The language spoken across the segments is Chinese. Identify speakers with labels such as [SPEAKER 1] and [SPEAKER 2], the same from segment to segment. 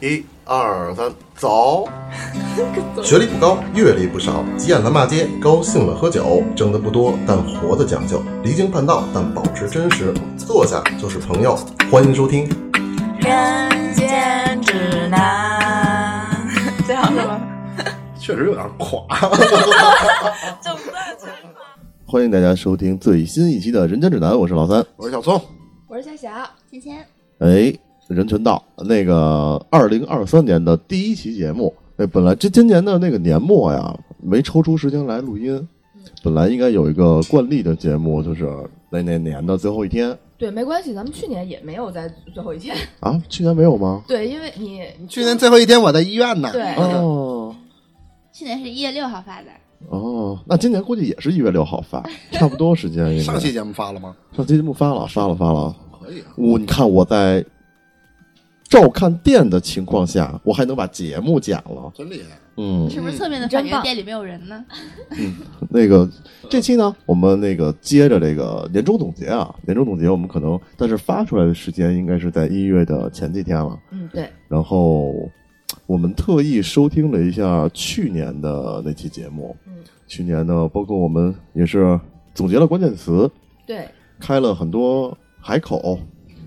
[SPEAKER 1] 一二三，走！
[SPEAKER 2] 学历不高，阅历不少，急眼了骂街，高兴了喝酒，挣得不多但活得讲究，离经叛道但保持真实，坐下就是朋友。欢迎收听，
[SPEAKER 3] 人间指 南，这样是吗？
[SPEAKER 1] 确实有点垮。
[SPEAKER 3] 整段全夸。
[SPEAKER 2] 欢迎大家收听最新一期的《人间指南》，我是老三。
[SPEAKER 1] 我是小聪，
[SPEAKER 4] 我是小小，芊芊，
[SPEAKER 2] 哎，人权道那个二零二三年的第一期节目，那本来这今年的那个年末呀，没抽出时间来录音，
[SPEAKER 5] 嗯
[SPEAKER 2] 本来应该有一个惯例的节目，就是那那年的最后一天
[SPEAKER 4] 对，没关系，咱们去年也没有在最后一天，
[SPEAKER 2] 啊，去年没有吗？
[SPEAKER 4] 对，因为你
[SPEAKER 5] 去年最后一天我在医院呢，
[SPEAKER 4] 对
[SPEAKER 2] 哦
[SPEAKER 6] 去年是一月六号发的，
[SPEAKER 2] 哦，那今年估计也是一月六号发， 差不多时间应该。
[SPEAKER 5] 上期节目发了吗？
[SPEAKER 2] 上期节目发了，发了，发了。
[SPEAKER 5] 可以啊，
[SPEAKER 2] 我你看我在照看店的情况下，我还能把节目剪了。
[SPEAKER 5] 真厉害！
[SPEAKER 2] 嗯，
[SPEAKER 6] 是不是侧面的
[SPEAKER 4] 真
[SPEAKER 6] 反映
[SPEAKER 4] 棒
[SPEAKER 6] 店里没有人呢？
[SPEAKER 2] 那个这期呢，我们那个接着这个年终总结啊，年终总结我们可能，但是发出来的时间应该是在一月的前几天了。
[SPEAKER 4] 嗯对，
[SPEAKER 2] 然后我们特意收听了一下去年的那期节目，
[SPEAKER 4] 嗯
[SPEAKER 2] 去年呢，包括我们也是总结了关键词，
[SPEAKER 4] 对
[SPEAKER 2] 开了很多海口，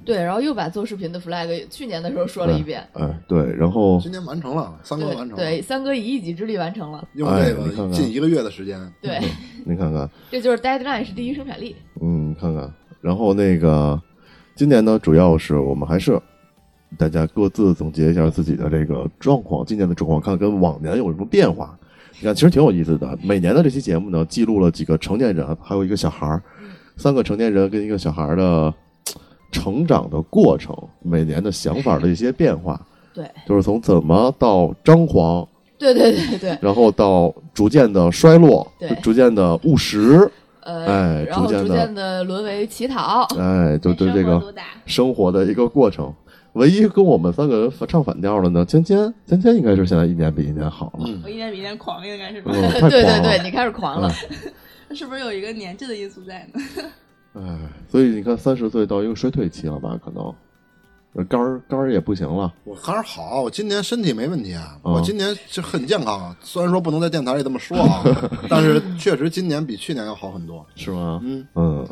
[SPEAKER 4] 对，然后又把做视频的 flag 去年的时候说了一遍，
[SPEAKER 2] 哎，对，然后
[SPEAKER 5] 今年完成了，三哥完
[SPEAKER 4] 对
[SPEAKER 5] 成
[SPEAKER 4] 对，
[SPEAKER 5] 了，
[SPEAKER 4] 三哥以一己之力完成了，
[SPEAKER 5] 用这
[SPEAKER 2] 哎你看
[SPEAKER 5] 个
[SPEAKER 2] 看
[SPEAKER 5] 近一个月的时间，
[SPEAKER 4] 对，
[SPEAKER 2] 你看看，
[SPEAKER 4] 这就是 deadline 是第一生产力，
[SPEAKER 2] 嗯，看看，然后那个今年呢，主要是我们还是大家各自总结一下自己的这个状况，今年的状况，看跟往年有什么变化。你看，其实挺有意思的。每年的这期节目呢，记录了几个成年人，还有一个小孩儿，三个成年人跟一个小孩儿的成长的过程，每年的想法的一些变化，
[SPEAKER 4] 对
[SPEAKER 2] 就是从怎么到张狂，
[SPEAKER 4] 对对对 对，
[SPEAKER 2] 然后到逐渐的衰落
[SPEAKER 4] 对，
[SPEAKER 2] 逐渐的务实，哎
[SPEAKER 4] 呃，然后
[SPEAKER 2] 逐渐
[SPEAKER 4] 逐
[SPEAKER 2] 地
[SPEAKER 4] 渐的沦为乞讨，
[SPEAKER 2] 哎，就对这
[SPEAKER 6] 生
[SPEAKER 2] 个
[SPEAKER 6] 活毒打，
[SPEAKER 2] 生活的一个过程。唯一跟我们三个人唱反调的呢，芊芊，芊芊应该是现在一年比一年好了，
[SPEAKER 6] 我一年比一年狂，应该是吧？
[SPEAKER 2] 嗯，太狂
[SPEAKER 4] 嗯 对对
[SPEAKER 2] 了，
[SPEAKER 4] 对，你开始狂了，
[SPEAKER 6] 是不是有一个年纪的因素在呢？
[SPEAKER 2] 哎，所以你看，三十岁到一个衰退期了吧？可能呃肝儿肝儿也不行了，
[SPEAKER 5] 我还是好，我今年身体没问题啊，
[SPEAKER 2] 嗯
[SPEAKER 5] 我今年是很健康，啊虽然说不能在电台里这么 说啊，但是确实今年比去年要好很多。
[SPEAKER 2] 是吗？
[SPEAKER 5] 嗯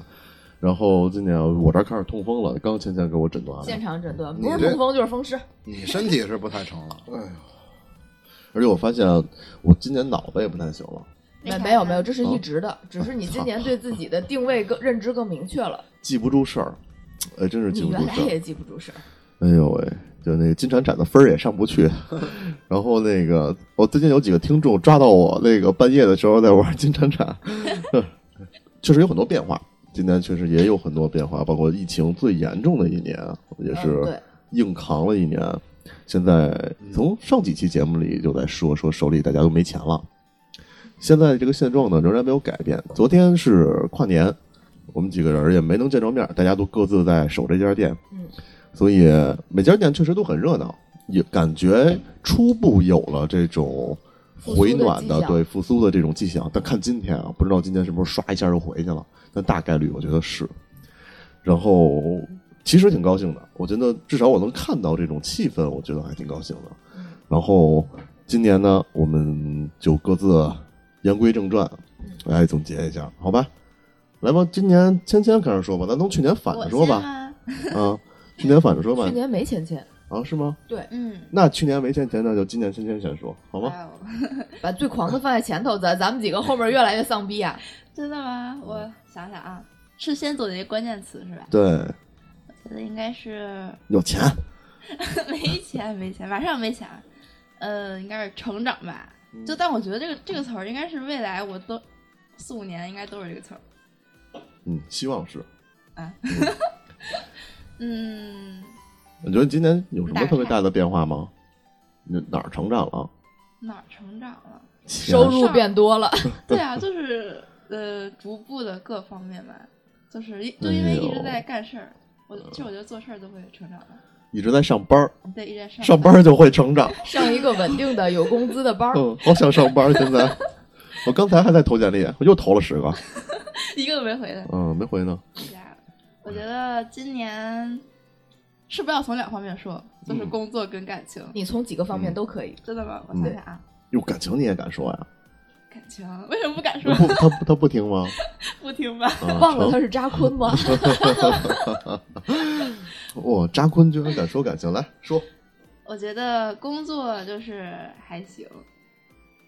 [SPEAKER 2] 然后今年我这儿开始痛风了，刚芊芊给我诊断了，
[SPEAKER 4] 现场诊断，
[SPEAKER 5] 你
[SPEAKER 4] 不是
[SPEAKER 5] 这
[SPEAKER 4] 痛风就是风湿，
[SPEAKER 5] 你身体是不太成了，
[SPEAKER 2] 而且我发现我今年脑子也不太行了，
[SPEAKER 4] 没
[SPEAKER 6] 啥
[SPEAKER 4] 没有
[SPEAKER 6] 呢
[SPEAKER 4] 没有，这是
[SPEAKER 2] 哦
[SPEAKER 4] 一直的，只是你今年对自己的定位更认知更明确了，
[SPEAKER 2] 记不住事儿，哎，真是 记
[SPEAKER 4] 你
[SPEAKER 2] 不住
[SPEAKER 4] 原来
[SPEAKER 2] 事儿。
[SPEAKER 4] 也记不住事儿，
[SPEAKER 2] 哎呦喂，就那个金铲铲的分儿也上不 去。然后那个，我最近有几个听众抓到我那个半夜的时候在玩金铲 铲，确实有很多变化。今年确实也有很多变化，包括疫情最严重的一年，啊也
[SPEAKER 4] 嗯
[SPEAKER 2] 是
[SPEAKER 4] 对嗯
[SPEAKER 2] 硬扛了一年。现在从上几期节目里就在说说手里大家都没钱了，现在这个现状呢仍然没有改变。昨天是跨年，我们几个人也没能见着面，大家都各自在守这家店。
[SPEAKER 4] 嗯，
[SPEAKER 2] 所以每家店确实都很热闹，也感觉初步有了这种回暖
[SPEAKER 4] 复苏的
[SPEAKER 2] 的
[SPEAKER 4] 迹象
[SPEAKER 2] 对复苏的这种迹象。但看今天啊，不知道今天是不是刷一下就回去了，但大概率我觉得是。然后其实挺高兴的，我觉得至少我能看到这种气氛，我觉得还挺高兴的。然后今年呢，我们就各自言归正传，
[SPEAKER 4] 嗯
[SPEAKER 2] 来总结一下，好吧？来吧，今年芊芊开始说吧，咱从去年反着说
[SPEAKER 6] 我先
[SPEAKER 2] 吧，
[SPEAKER 6] 吗？
[SPEAKER 2] 啊，去年反着说吧
[SPEAKER 4] 去，年没钱钱，
[SPEAKER 2] 啊，是吗？
[SPEAKER 6] 嗯，
[SPEAKER 2] 那去年没钱钱，那就今年芊芊先说，好吗？
[SPEAKER 6] 哇哦，
[SPEAKER 4] 把最狂的放在前头，咱咱们几个后面越来越丧逼 啊！
[SPEAKER 6] 真的吗？我想想啊，是先总结关键词是吧？
[SPEAKER 2] 对，
[SPEAKER 6] 我觉得应该是
[SPEAKER 2] 有钱，
[SPEAKER 6] 没钱，没钱，马上没钱，啊呃，应该是成长吧。
[SPEAKER 2] 嗯
[SPEAKER 6] 就但我觉得这个这个词儿应该是未来我都四五年应该都是这个词儿。
[SPEAKER 2] 嗯，希望是。
[SPEAKER 6] 嗯，
[SPEAKER 2] 你觉得今年有什么特别大的变化吗？你哪儿成长了？
[SPEAKER 6] 哪儿成长了？
[SPEAKER 2] 钱
[SPEAKER 4] 收入变多了，
[SPEAKER 6] 对啊，就是呃，逐步的各方面吧，就是一就因为一直在干事儿，
[SPEAKER 2] 哎
[SPEAKER 6] 我其实我觉得做事儿都会成长的，
[SPEAKER 2] 一直在上班儿，
[SPEAKER 6] 对，一直在
[SPEAKER 4] 嗯
[SPEAKER 6] 上
[SPEAKER 2] 上班儿就会成长。
[SPEAKER 4] 上一个稳定的有工资的 班儿，
[SPEAKER 2] 嗯，好想上班儿现在。我刚才还在投简历，我又投了十个，
[SPEAKER 6] 一个都没回来
[SPEAKER 2] 嗯，没回呢。
[SPEAKER 6] 家。我觉得今年是不是要从两方面说？
[SPEAKER 2] 嗯
[SPEAKER 6] 就是工作跟感情。
[SPEAKER 4] 你从几个方面都可以。
[SPEAKER 6] 真的吗？我想想啊，
[SPEAKER 2] 哟，感情你也敢说 呀？
[SPEAKER 6] 感情为什么不敢说？
[SPEAKER 2] 不，他他不听 吗？
[SPEAKER 6] 不听吧？
[SPEAKER 2] 啊
[SPEAKER 4] 忘了
[SPEAKER 2] 成
[SPEAKER 4] 他 是扎坤吗？
[SPEAKER 2] 哇，哦扎坤居然敢说感情，来说，
[SPEAKER 6] 我觉得工作就是还行，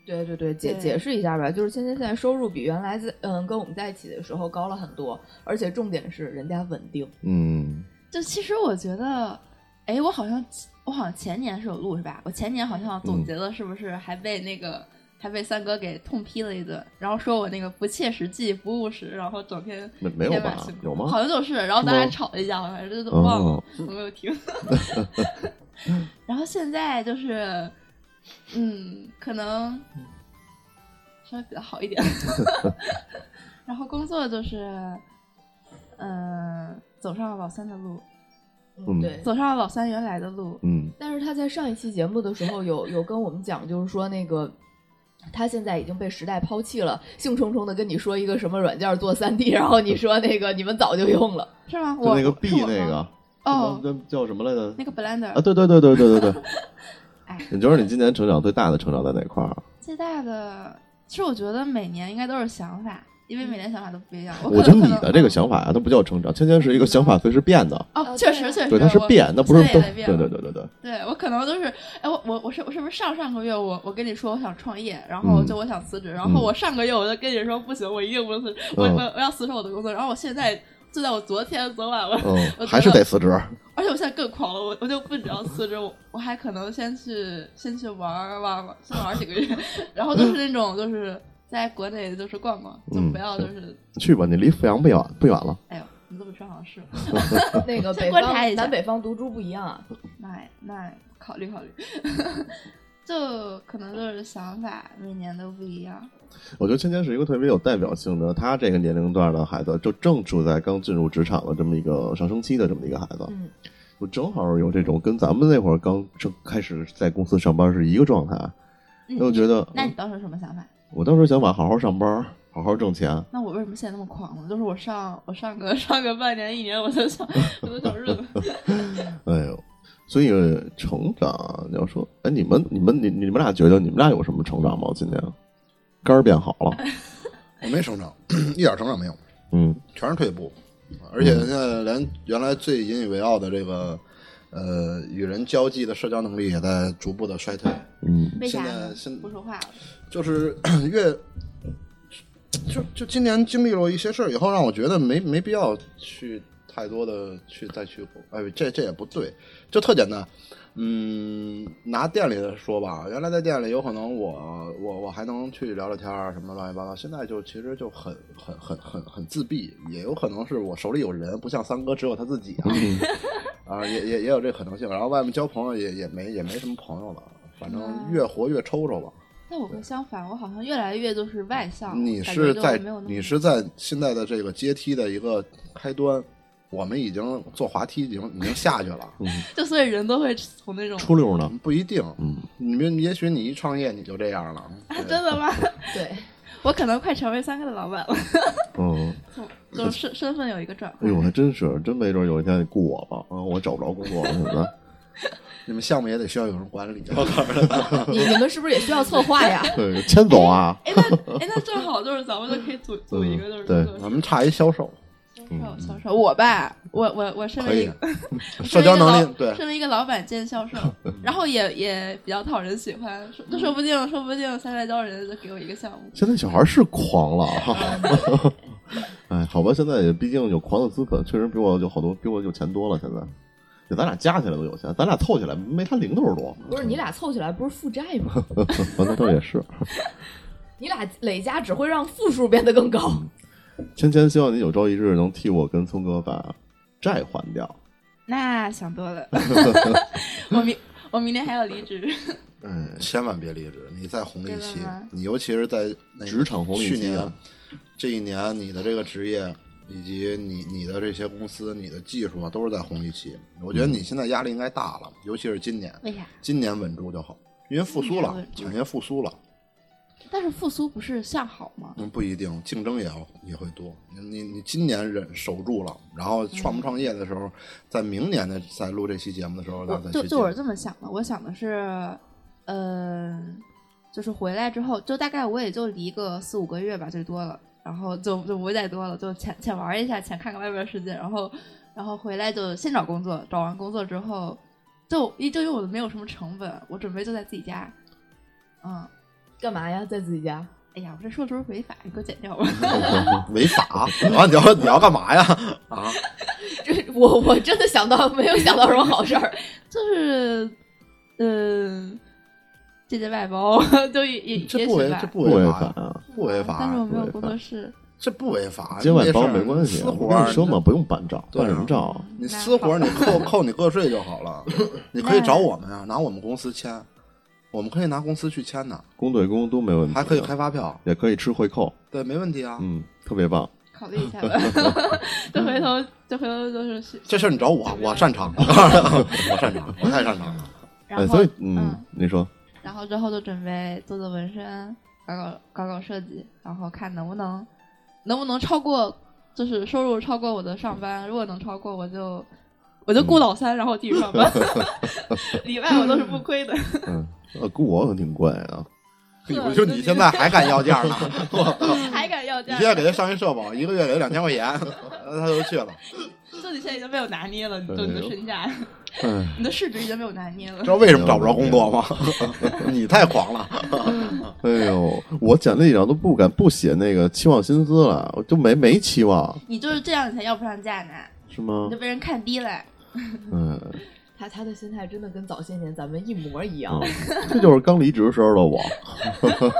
[SPEAKER 4] 对对对，解
[SPEAKER 6] 对
[SPEAKER 4] 解释一下吧，就是芊芊现在收入比原来在嗯跟我们在一起的时候高了很多，而且重点是人家稳定。
[SPEAKER 2] 嗯，
[SPEAKER 6] 就其实我觉得，哎，我好像我好像前年是有录是吧？我前年好像
[SPEAKER 2] 嗯
[SPEAKER 6] 总结了，是不是还被那个、还被三哥给痛批了一顿，然后说我那个不切实际、不务实，然后整天
[SPEAKER 2] 没没有
[SPEAKER 6] 天马
[SPEAKER 2] 吧
[SPEAKER 6] 行空
[SPEAKER 2] 有吗
[SPEAKER 6] 好像就是，然后大家
[SPEAKER 2] 是吗
[SPEAKER 6] 吵了一架，反正就忘了，
[SPEAKER 2] 哦
[SPEAKER 6] 我没有听。 然后现在就是，嗯，可能稍微比较好一点。 然后工作就是，嗯、走上了老三的路。
[SPEAKER 2] 嗯
[SPEAKER 4] 对。
[SPEAKER 6] 走上了老三原来的路。
[SPEAKER 2] 嗯
[SPEAKER 4] 但是他在上一期节目的时候有有跟我们讲，就是说那个。他现在已经被时代抛弃了，兴冲冲的跟你说一个什么软件做三 D，然后你说那个你们早就用了，
[SPEAKER 6] 是吗？
[SPEAKER 2] 就
[SPEAKER 6] 我
[SPEAKER 2] 那个 B
[SPEAKER 6] 是我吗
[SPEAKER 2] 那个，
[SPEAKER 6] 哦，
[SPEAKER 2] 那叫什么来着
[SPEAKER 6] 那？个 Blender，、
[SPEAKER 2] 啊，对对对对对对对
[SPEAKER 6] 哎。
[SPEAKER 2] 你觉得你今年成长最大的成长在哪块儿啊？
[SPEAKER 6] 最大的，其实我觉得每年应该都是想法，因为每年想法都不一样。我
[SPEAKER 2] 我
[SPEAKER 6] 可
[SPEAKER 2] 觉得
[SPEAKER 6] 能
[SPEAKER 2] 你的这个想法啊，它不叫成长，芊芊是一个想法随时变的，
[SPEAKER 6] 哦，确实确实，
[SPEAKER 2] 对，它是
[SPEAKER 6] 我
[SPEAKER 2] 变，那不是
[SPEAKER 6] 现
[SPEAKER 2] 都
[SPEAKER 6] 在也
[SPEAKER 2] 对
[SPEAKER 6] 变
[SPEAKER 2] 对
[SPEAKER 6] 了
[SPEAKER 2] 对对 对，
[SPEAKER 6] 对我可能都是，哎，我我我是我是不是上上个月我我跟你说我想创业，然后
[SPEAKER 2] 嗯
[SPEAKER 6] 就我想辞职，然后
[SPEAKER 2] 嗯
[SPEAKER 6] 我上个月我就跟你说不行，我一定不能辞职，我
[SPEAKER 2] 嗯
[SPEAKER 6] 我我要辞守我的工作，然后我现在就在我昨天昨晚我我
[SPEAKER 2] 嗯，还是得辞职，
[SPEAKER 6] 而且我现在更狂了，我我就不只要辞职，我我还可能先去先去玩儿玩儿玩儿，先玩儿几个月， 然后就是那种就是在国内就是逛逛，就
[SPEAKER 2] 嗯
[SPEAKER 6] 不要就是、
[SPEAKER 2] 去吧，你离阜阳不远不远了，
[SPEAKER 6] 哎呦，你这么说好像是，
[SPEAKER 4] 那个北
[SPEAKER 6] 观察
[SPEAKER 4] 方
[SPEAKER 6] 一下
[SPEAKER 4] 南北方毒株不一样啊，
[SPEAKER 6] 那那考虑考虑， 就可能就是想法每年都不一样，
[SPEAKER 2] 我觉得芊芊是一个特别有代表性的，她这个年龄段的孩子，就正处在刚进入职场的这么一个上升期的这么一个孩子，
[SPEAKER 4] 嗯，
[SPEAKER 2] 就正好有这种跟咱们那会儿刚正开始在公司上班是一个状态。
[SPEAKER 6] 嗯
[SPEAKER 2] 那我觉得嗯
[SPEAKER 6] 你那你当时什么想法？
[SPEAKER 2] 我当时想法好好上班，好好挣钱，
[SPEAKER 6] 那我为什么现在那么狂呢？就是我上我上个上个半年一年我就想我就想日 子，
[SPEAKER 2] 哎呦，所以成长，你要说，哎，你们你们你你们俩觉得你们俩有什么成长吗？今年肝儿变好了，
[SPEAKER 5] 我没成长， 一点成长没有，
[SPEAKER 2] 嗯
[SPEAKER 5] 全是退步，而且现在连原来最引以为傲的这个呃与人交际的社交能力也在逐步的衰退，
[SPEAKER 2] 嗯
[SPEAKER 6] 为啥
[SPEAKER 5] 现在
[SPEAKER 6] 呢
[SPEAKER 5] 现
[SPEAKER 6] 不说话了？
[SPEAKER 5] 就是 越就就今年经历了一些事儿以后，让我觉得没没必要去太多的去再去，哎，这这也不对，就特简单。嗯，拿店里的说吧，原来在店里有可能我我我还能去聊聊天儿什么乱七八糟，现在就其实就很很很很很自闭，也有可能是我手里有人，不像三哥只有他自己啊， 啊也也也有这可能性。然后外面交朋友也也没也没什么朋友了，反正越活越抽抽吧。
[SPEAKER 6] 但我会相反，我好像越来越就是外向，
[SPEAKER 5] 嗯你
[SPEAKER 6] 啊感
[SPEAKER 5] 是
[SPEAKER 6] 觉就
[SPEAKER 5] 在
[SPEAKER 6] 没有那么
[SPEAKER 5] 你是在现在的这个阶梯的一个开端，我们已经坐滑梯已经已经下去了，
[SPEAKER 6] 就所以人都会从那种
[SPEAKER 2] 初六呢，
[SPEAKER 5] 不一定，
[SPEAKER 2] 嗯，
[SPEAKER 5] 你们也许你一创业你就这样了，
[SPEAKER 6] 啊，真的吗？
[SPEAKER 4] 对，
[SPEAKER 6] 我可能快成为三个的老板了，
[SPEAKER 2] 嗯，
[SPEAKER 6] 就是身身份有一个转
[SPEAKER 2] 哎
[SPEAKER 6] 换。
[SPEAKER 2] 呦，还真是，真没准有一天你雇我吧，啊，我找不着工作了现在。
[SPEAKER 5] 你们项目也得需要有人管 理。我告诉
[SPEAKER 4] 你你们是不是也需要策划呀？
[SPEAKER 2] 对， 千总啊，
[SPEAKER 6] 哎，那哎那正好就是咱们就可以组组一个，就是
[SPEAKER 2] 对
[SPEAKER 5] 你，我们差一销售，
[SPEAKER 6] 销售销售。我吧，我我我身
[SPEAKER 5] 可
[SPEAKER 6] 为一
[SPEAKER 5] 以 啊
[SPEAKER 6] 个，
[SPEAKER 5] 社交能力
[SPEAKER 6] 身为一个老
[SPEAKER 5] 对，
[SPEAKER 6] 身为一个老板兼销 售，然后也也比较讨人喜欢，说那说不定说不定三代教人就给我一个项目。
[SPEAKER 2] 现在小孩是狂了，哈哈。 哎，好吧，现在也毕竟有狂的资本，确实比我有好多，比我有钱多了。现在，就咱俩加起来都有钱，咱俩凑起来没他零头多。
[SPEAKER 4] 不是你俩凑起来不是负债吗？
[SPEAKER 2] 那倒也是。
[SPEAKER 4] 你俩累加只会让负数变得更高。
[SPEAKER 2] 芊芊，希望你有朝一日能替我跟聪哥把债还掉。
[SPEAKER 6] 那想 多了，我明我明天还要离职。
[SPEAKER 5] 嗯，千万别离职，你再红利
[SPEAKER 6] 真的
[SPEAKER 5] 期
[SPEAKER 6] 吗，
[SPEAKER 5] 你尤其是在那个
[SPEAKER 2] 职场红利
[SPEAKER 5] 去
[SPEAKER 2] 期啊
[SPEAKER 5] 年这一年，你的这个职业以及你你的这些公司、你的技术啊，都是在红利期。我觉得你现在压力应该大了，尤其是今年，
[SPEAKER 6] 为啥？
[SPEAKER 5] 今年稳住就好，因为复苏
[SPEAKER 6] 今年
[SPEAKER 5] 了
[SPEAKER 6] 嗯稳，住
[SPEAKER 5] 产业复苏了，
[SPEAKER 6] 但是复苏不是向好吗？
[SPEAKER 5] 嗯，不一定，竞争也要也会多。你你你今年忍守住了，然后创不创业的时候，在明年的在录这期节目的时候，咱
[SPEAKER 6] 我
[SPEAKER 5] 再
[SPEAKER 6] 就
[SPEAKER 5] 去
[SPEAKER 6] 就我
[SPEAKER 5] 见
[SPEAKER 6] 是这么想的，我想的是，呃，就是回来之后，就大概我也就离个四五个月吧，最多了，然后就就不会再多了，就浅浅玩一下，浅看看外边的世界，然后然后回来就先找工作，找完工作之后，就一就因为我没有什么成本，我准备就在自己家，嗯，
[SPEAKER 4] 干嘛呀？在自己家？
[SPEAKER 6] 哎呀，我这说的都是违法，你给我剪掉吧。
[SPEAKER 5] 违法，然后你要你要干嘛呀？
[SPEAKER 6] 嗯
[SPEAKER 5] 啊，
[SPEAKER 4] 这我我真的想到没有想到什么好事儿。
[SPEAKER 6] 就是，嗯，借借外包， 就也也
[SPEAKER 5] 这
[SPEAKER 6] 也
[SPEAKER 5] 不
[SPEAKER 6] 许
[SPEAKER 5] 违
[SPEAKER 6] 吧
[SPEAKER 5] 这，不
[SPEAKER 2] 不违
[SPEAKER 5] 法
[SPEAKER 2] 法
[SPEAKER 5] 呀，
[SPEAKER 2] 啊，
[SPEAKER 5] 不违法
[SPEAKER 6] 但是我没有
[SPEAKER 2] 违
[SPEAKER 6] 工
[SPEAKER 2] 法
[SPEAKER 6] 作室，嗯
[SPEAKER 5] 这不违法，
[SPEAKER 2] 接外
[SPEAKER 5] 这
[SPEAKER 2] 包
[SPEAKER 5] 事儿
[SPEAKER 2] 没关系。啊
[SPEAKER 5] 私
[SPEAKER 2] 我
[SPEAKER 5] 活
[SPEAKER 2] 跟
[SPEAKER 5] 儿
[SPEAKER 2] 你说嘛，
[SPEAKER 5] 你
[SPEAKER 2] 不用办照，
[SPEAKER 5] 对啊
[SPEAKER 2] 办什么照啊？
[SPEAKER 5] 你
[SPEAKER 6] 那
[SPEAKER 5] 私活儿
[SPEAKER 6] 好
[SPEAKER 5] 你扣扣你个税就好 了，你可以找我们呀，拿我们公司签，我们可以拿公司去签的，
[SPEAKER 2] 公对公都没问题，啊
[SPEAKER 5] 还可以开，发票，
[SPEAKER 2] 也可以吃回扣，
[SPEAKER 5] 对，没问题啊。
[SPEAKER 2] 嗯，特别棒。
[SPEAKER 6] 考虑一下吧， 就回头就回头就是去
[SPEAKER 5] 这事儿你找我，我擅 长，我擅长，我太擅长了。
[SPEAKER 6] 然
[SPEAKER 2] 哎，
[SPEAKER 6] 后
[SPEAKER 2] 所以嗯，你说
[SPEAKER 6] 然后之后就准备做做纹身，搞搞搞搞设计，然后看能不能能不能超过，就是收入超过我的上班，如果能超过我就。我就雇老三，然后继续上班，里外我都是不亏的。
[SPEAKER 2] 嗯，呃，雇我可挺贵啊，
[SPEAKER 5] 我就 你现在还敢要价呢？
[SPEAKER 6] 还敢要
[SPEAKER 5] 你
[SPEAKER 6] 价？
[SPEAKER 5] 现在给他上一社保，一个月给两千块钱， 他就去了。
[SPEAKER 6] 就你现在已经被我拿捏了，你
[SPEAKER 2] 哎
[SPEAKER 6] 就
[SPEAKER 2] 呦
[SPEAKER 6] 你的身价，
[SPEAKER 2] 哎，
[SPEAKER 6] 你的市值已经被我拿捏了
[SPEAKER 5] 知。道为什么找不着工作吗？ 你太狂了。
[SPEAKER 2] 哎呦，我简历上都不敢不写那个期望薪资了，我就没没期望，
[SPEAKER 6] 你就是这样，你才要不上价呢，
[SPEAKER 2] 是吗
[SPEAKER 6] 你就？被人看低了。
[SPEAKER 2] 嗯，
[SPEAKER 4] 他他的心态真的跟早些年咱们一模一样
[SPEAKER 2] 嗯。这就是刚离职的时候的我。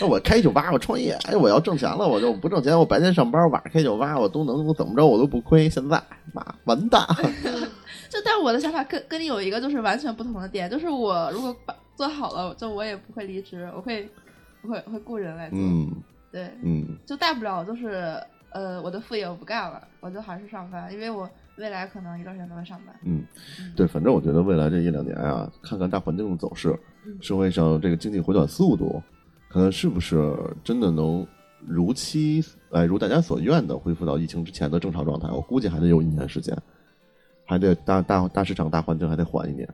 [SPEAKER 2] 那我开酒吧，我创业，哎，我要挣钱了，我就不挣钱，我白天上班，晚上开酒吧，我都能，我怎么着我都不亏。现在妈完蛋，
[SPEAKER 6] 就但我的想法跟跟你有一个就是完全不同的点，就是我如果把做好了，就我也不会离职，我会我会我会雇人来做。
[SPEAKER 2] 嗯
[SPEAKER 6] 对，
[SPEAKER 2] 嗯，
[SPEAKER 6] 就大不了就是呃我的副业我不干了，我就还是上班，因为我未来可能一段时间都会上班。
[SPEAKER 2] 对，反正我觉得未来这一两年啊，看看大环境的走势
[SPEAKER 4] 嗯，
[SPEAKER 2] 社会上这个经济回转速度，看看是不是真的能如期，哎，如大家所愿的恢复到疫情之前的正常状态。我估计还得有一年时间，还得大大大市场大环境还得缓一年，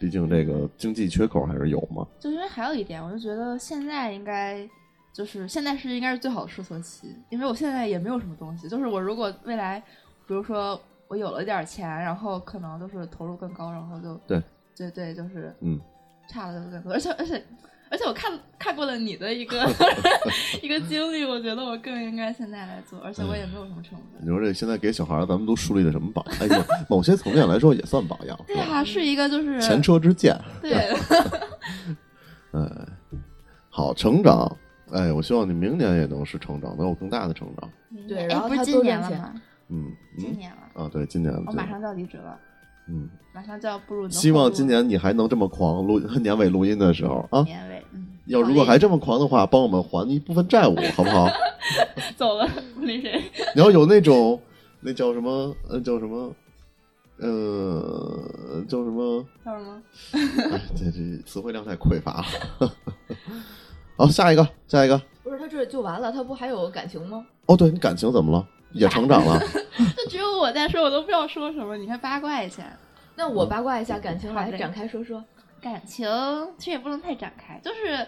[SPEAKER 2] 毕竟这个经济缺口还是有嘛。
[SPEAKER 6] 就因为还有一点，我就觉得现在应该就是现在是应该是最好的试错期，因为我现在也没有什么东西，就是我如果未来，比如说我有了一点钱，然后可能就是投入更高，然后就
[SPEAKER 2] 对
[SPEAKER 6] 对对，就是
[SPEAKER 2] 嗯，
[SPEAKER 6] 差的就更多，而且而且。而且我看看过了你的一 个一个经历，我觉得我更应该现在来做，而且我也没有什么成本。
[SPEAKER 2] 你说这现在给小孩儿，咱们都树立了什么榜？哎呀，某些层面来说也算榜样，是
[SPEAKER 6] 对
[SPEAKER 2] 吧？
[SPEAKER 6] 啊，是一个就是
[SPEAKER 2] 嗯前车之鉴。
[SPEAKER 6] 对，
[SPEAKER 2] 好，成长。哎，我希望你明年也能是成长，能有更大的成长。
[SPEAKER 4] 对
[SPEAKER 6] 哎
[SPEAKER 4] 然后
[SPEAKER 6] 不是
[SPEAKER 4] 他
[SPEAKER 6] 今
[SPEAKER 4] 多
[SPEAKER 6] 年了
[SPEAKER 4] 赚
[SPEAKER 6] 吗？
[SPEAKER 2] 嗯，
[SPEAKER 6] 今
[SPEAKER 2] 嗯
[SPEAKER 6] 年了，
[SPEAKER 2] 啊，对，今年
[SPEAKER 6] 我
[SPEAKER 2] 对
[SPEAKER 6] 马上就要离职了，
[SPEAKER 2] 嗯，
[SPEAKER 6] 马上就要步入你的
[SPEAKER 2] 希
[SPEAKER 6] 后
[SPEAKER 2] 望
[SPEAKER 6] 路
[SPEAKER 2] 今
[SPEAKER 6] 了
[SPEAKER 2] 年你还能这么狂录年尾录音的时候啊，
[SPEAKER 6] 年尾，嗯，
[SPEAKER 2] 要如果还这么狂的话，帮我们还一部分债务，好不好？
[SPEAKER 6] 走了，我那谁，
[SPEAKER 2] 你要有那种那叫什么呃叫什么呃叫什么，
[SPEAKER 6] 叫什么？
[SPEAKER 2] 哎，这这词汇量太匮乏了。 好，下一个，下一个。
[SPEAKER 4] 不是他这就完了，他不还有感情吗？
[SPEAKER 2] 哦，对你感情怎么了？也成长了，
[SPEAKER 6] 就只有我在说，我都不知道说什么。你看八卦一下，
[SPEAKER 4] 那我八卦一下感情，
[SPEAKER 6] 好
[SPEAKER 4] 来
[SPEAKER 6] 嘞
[SPEAKER 4] 展开说说。
[SPEAKER 6] 感情其实也不能太展开，就是，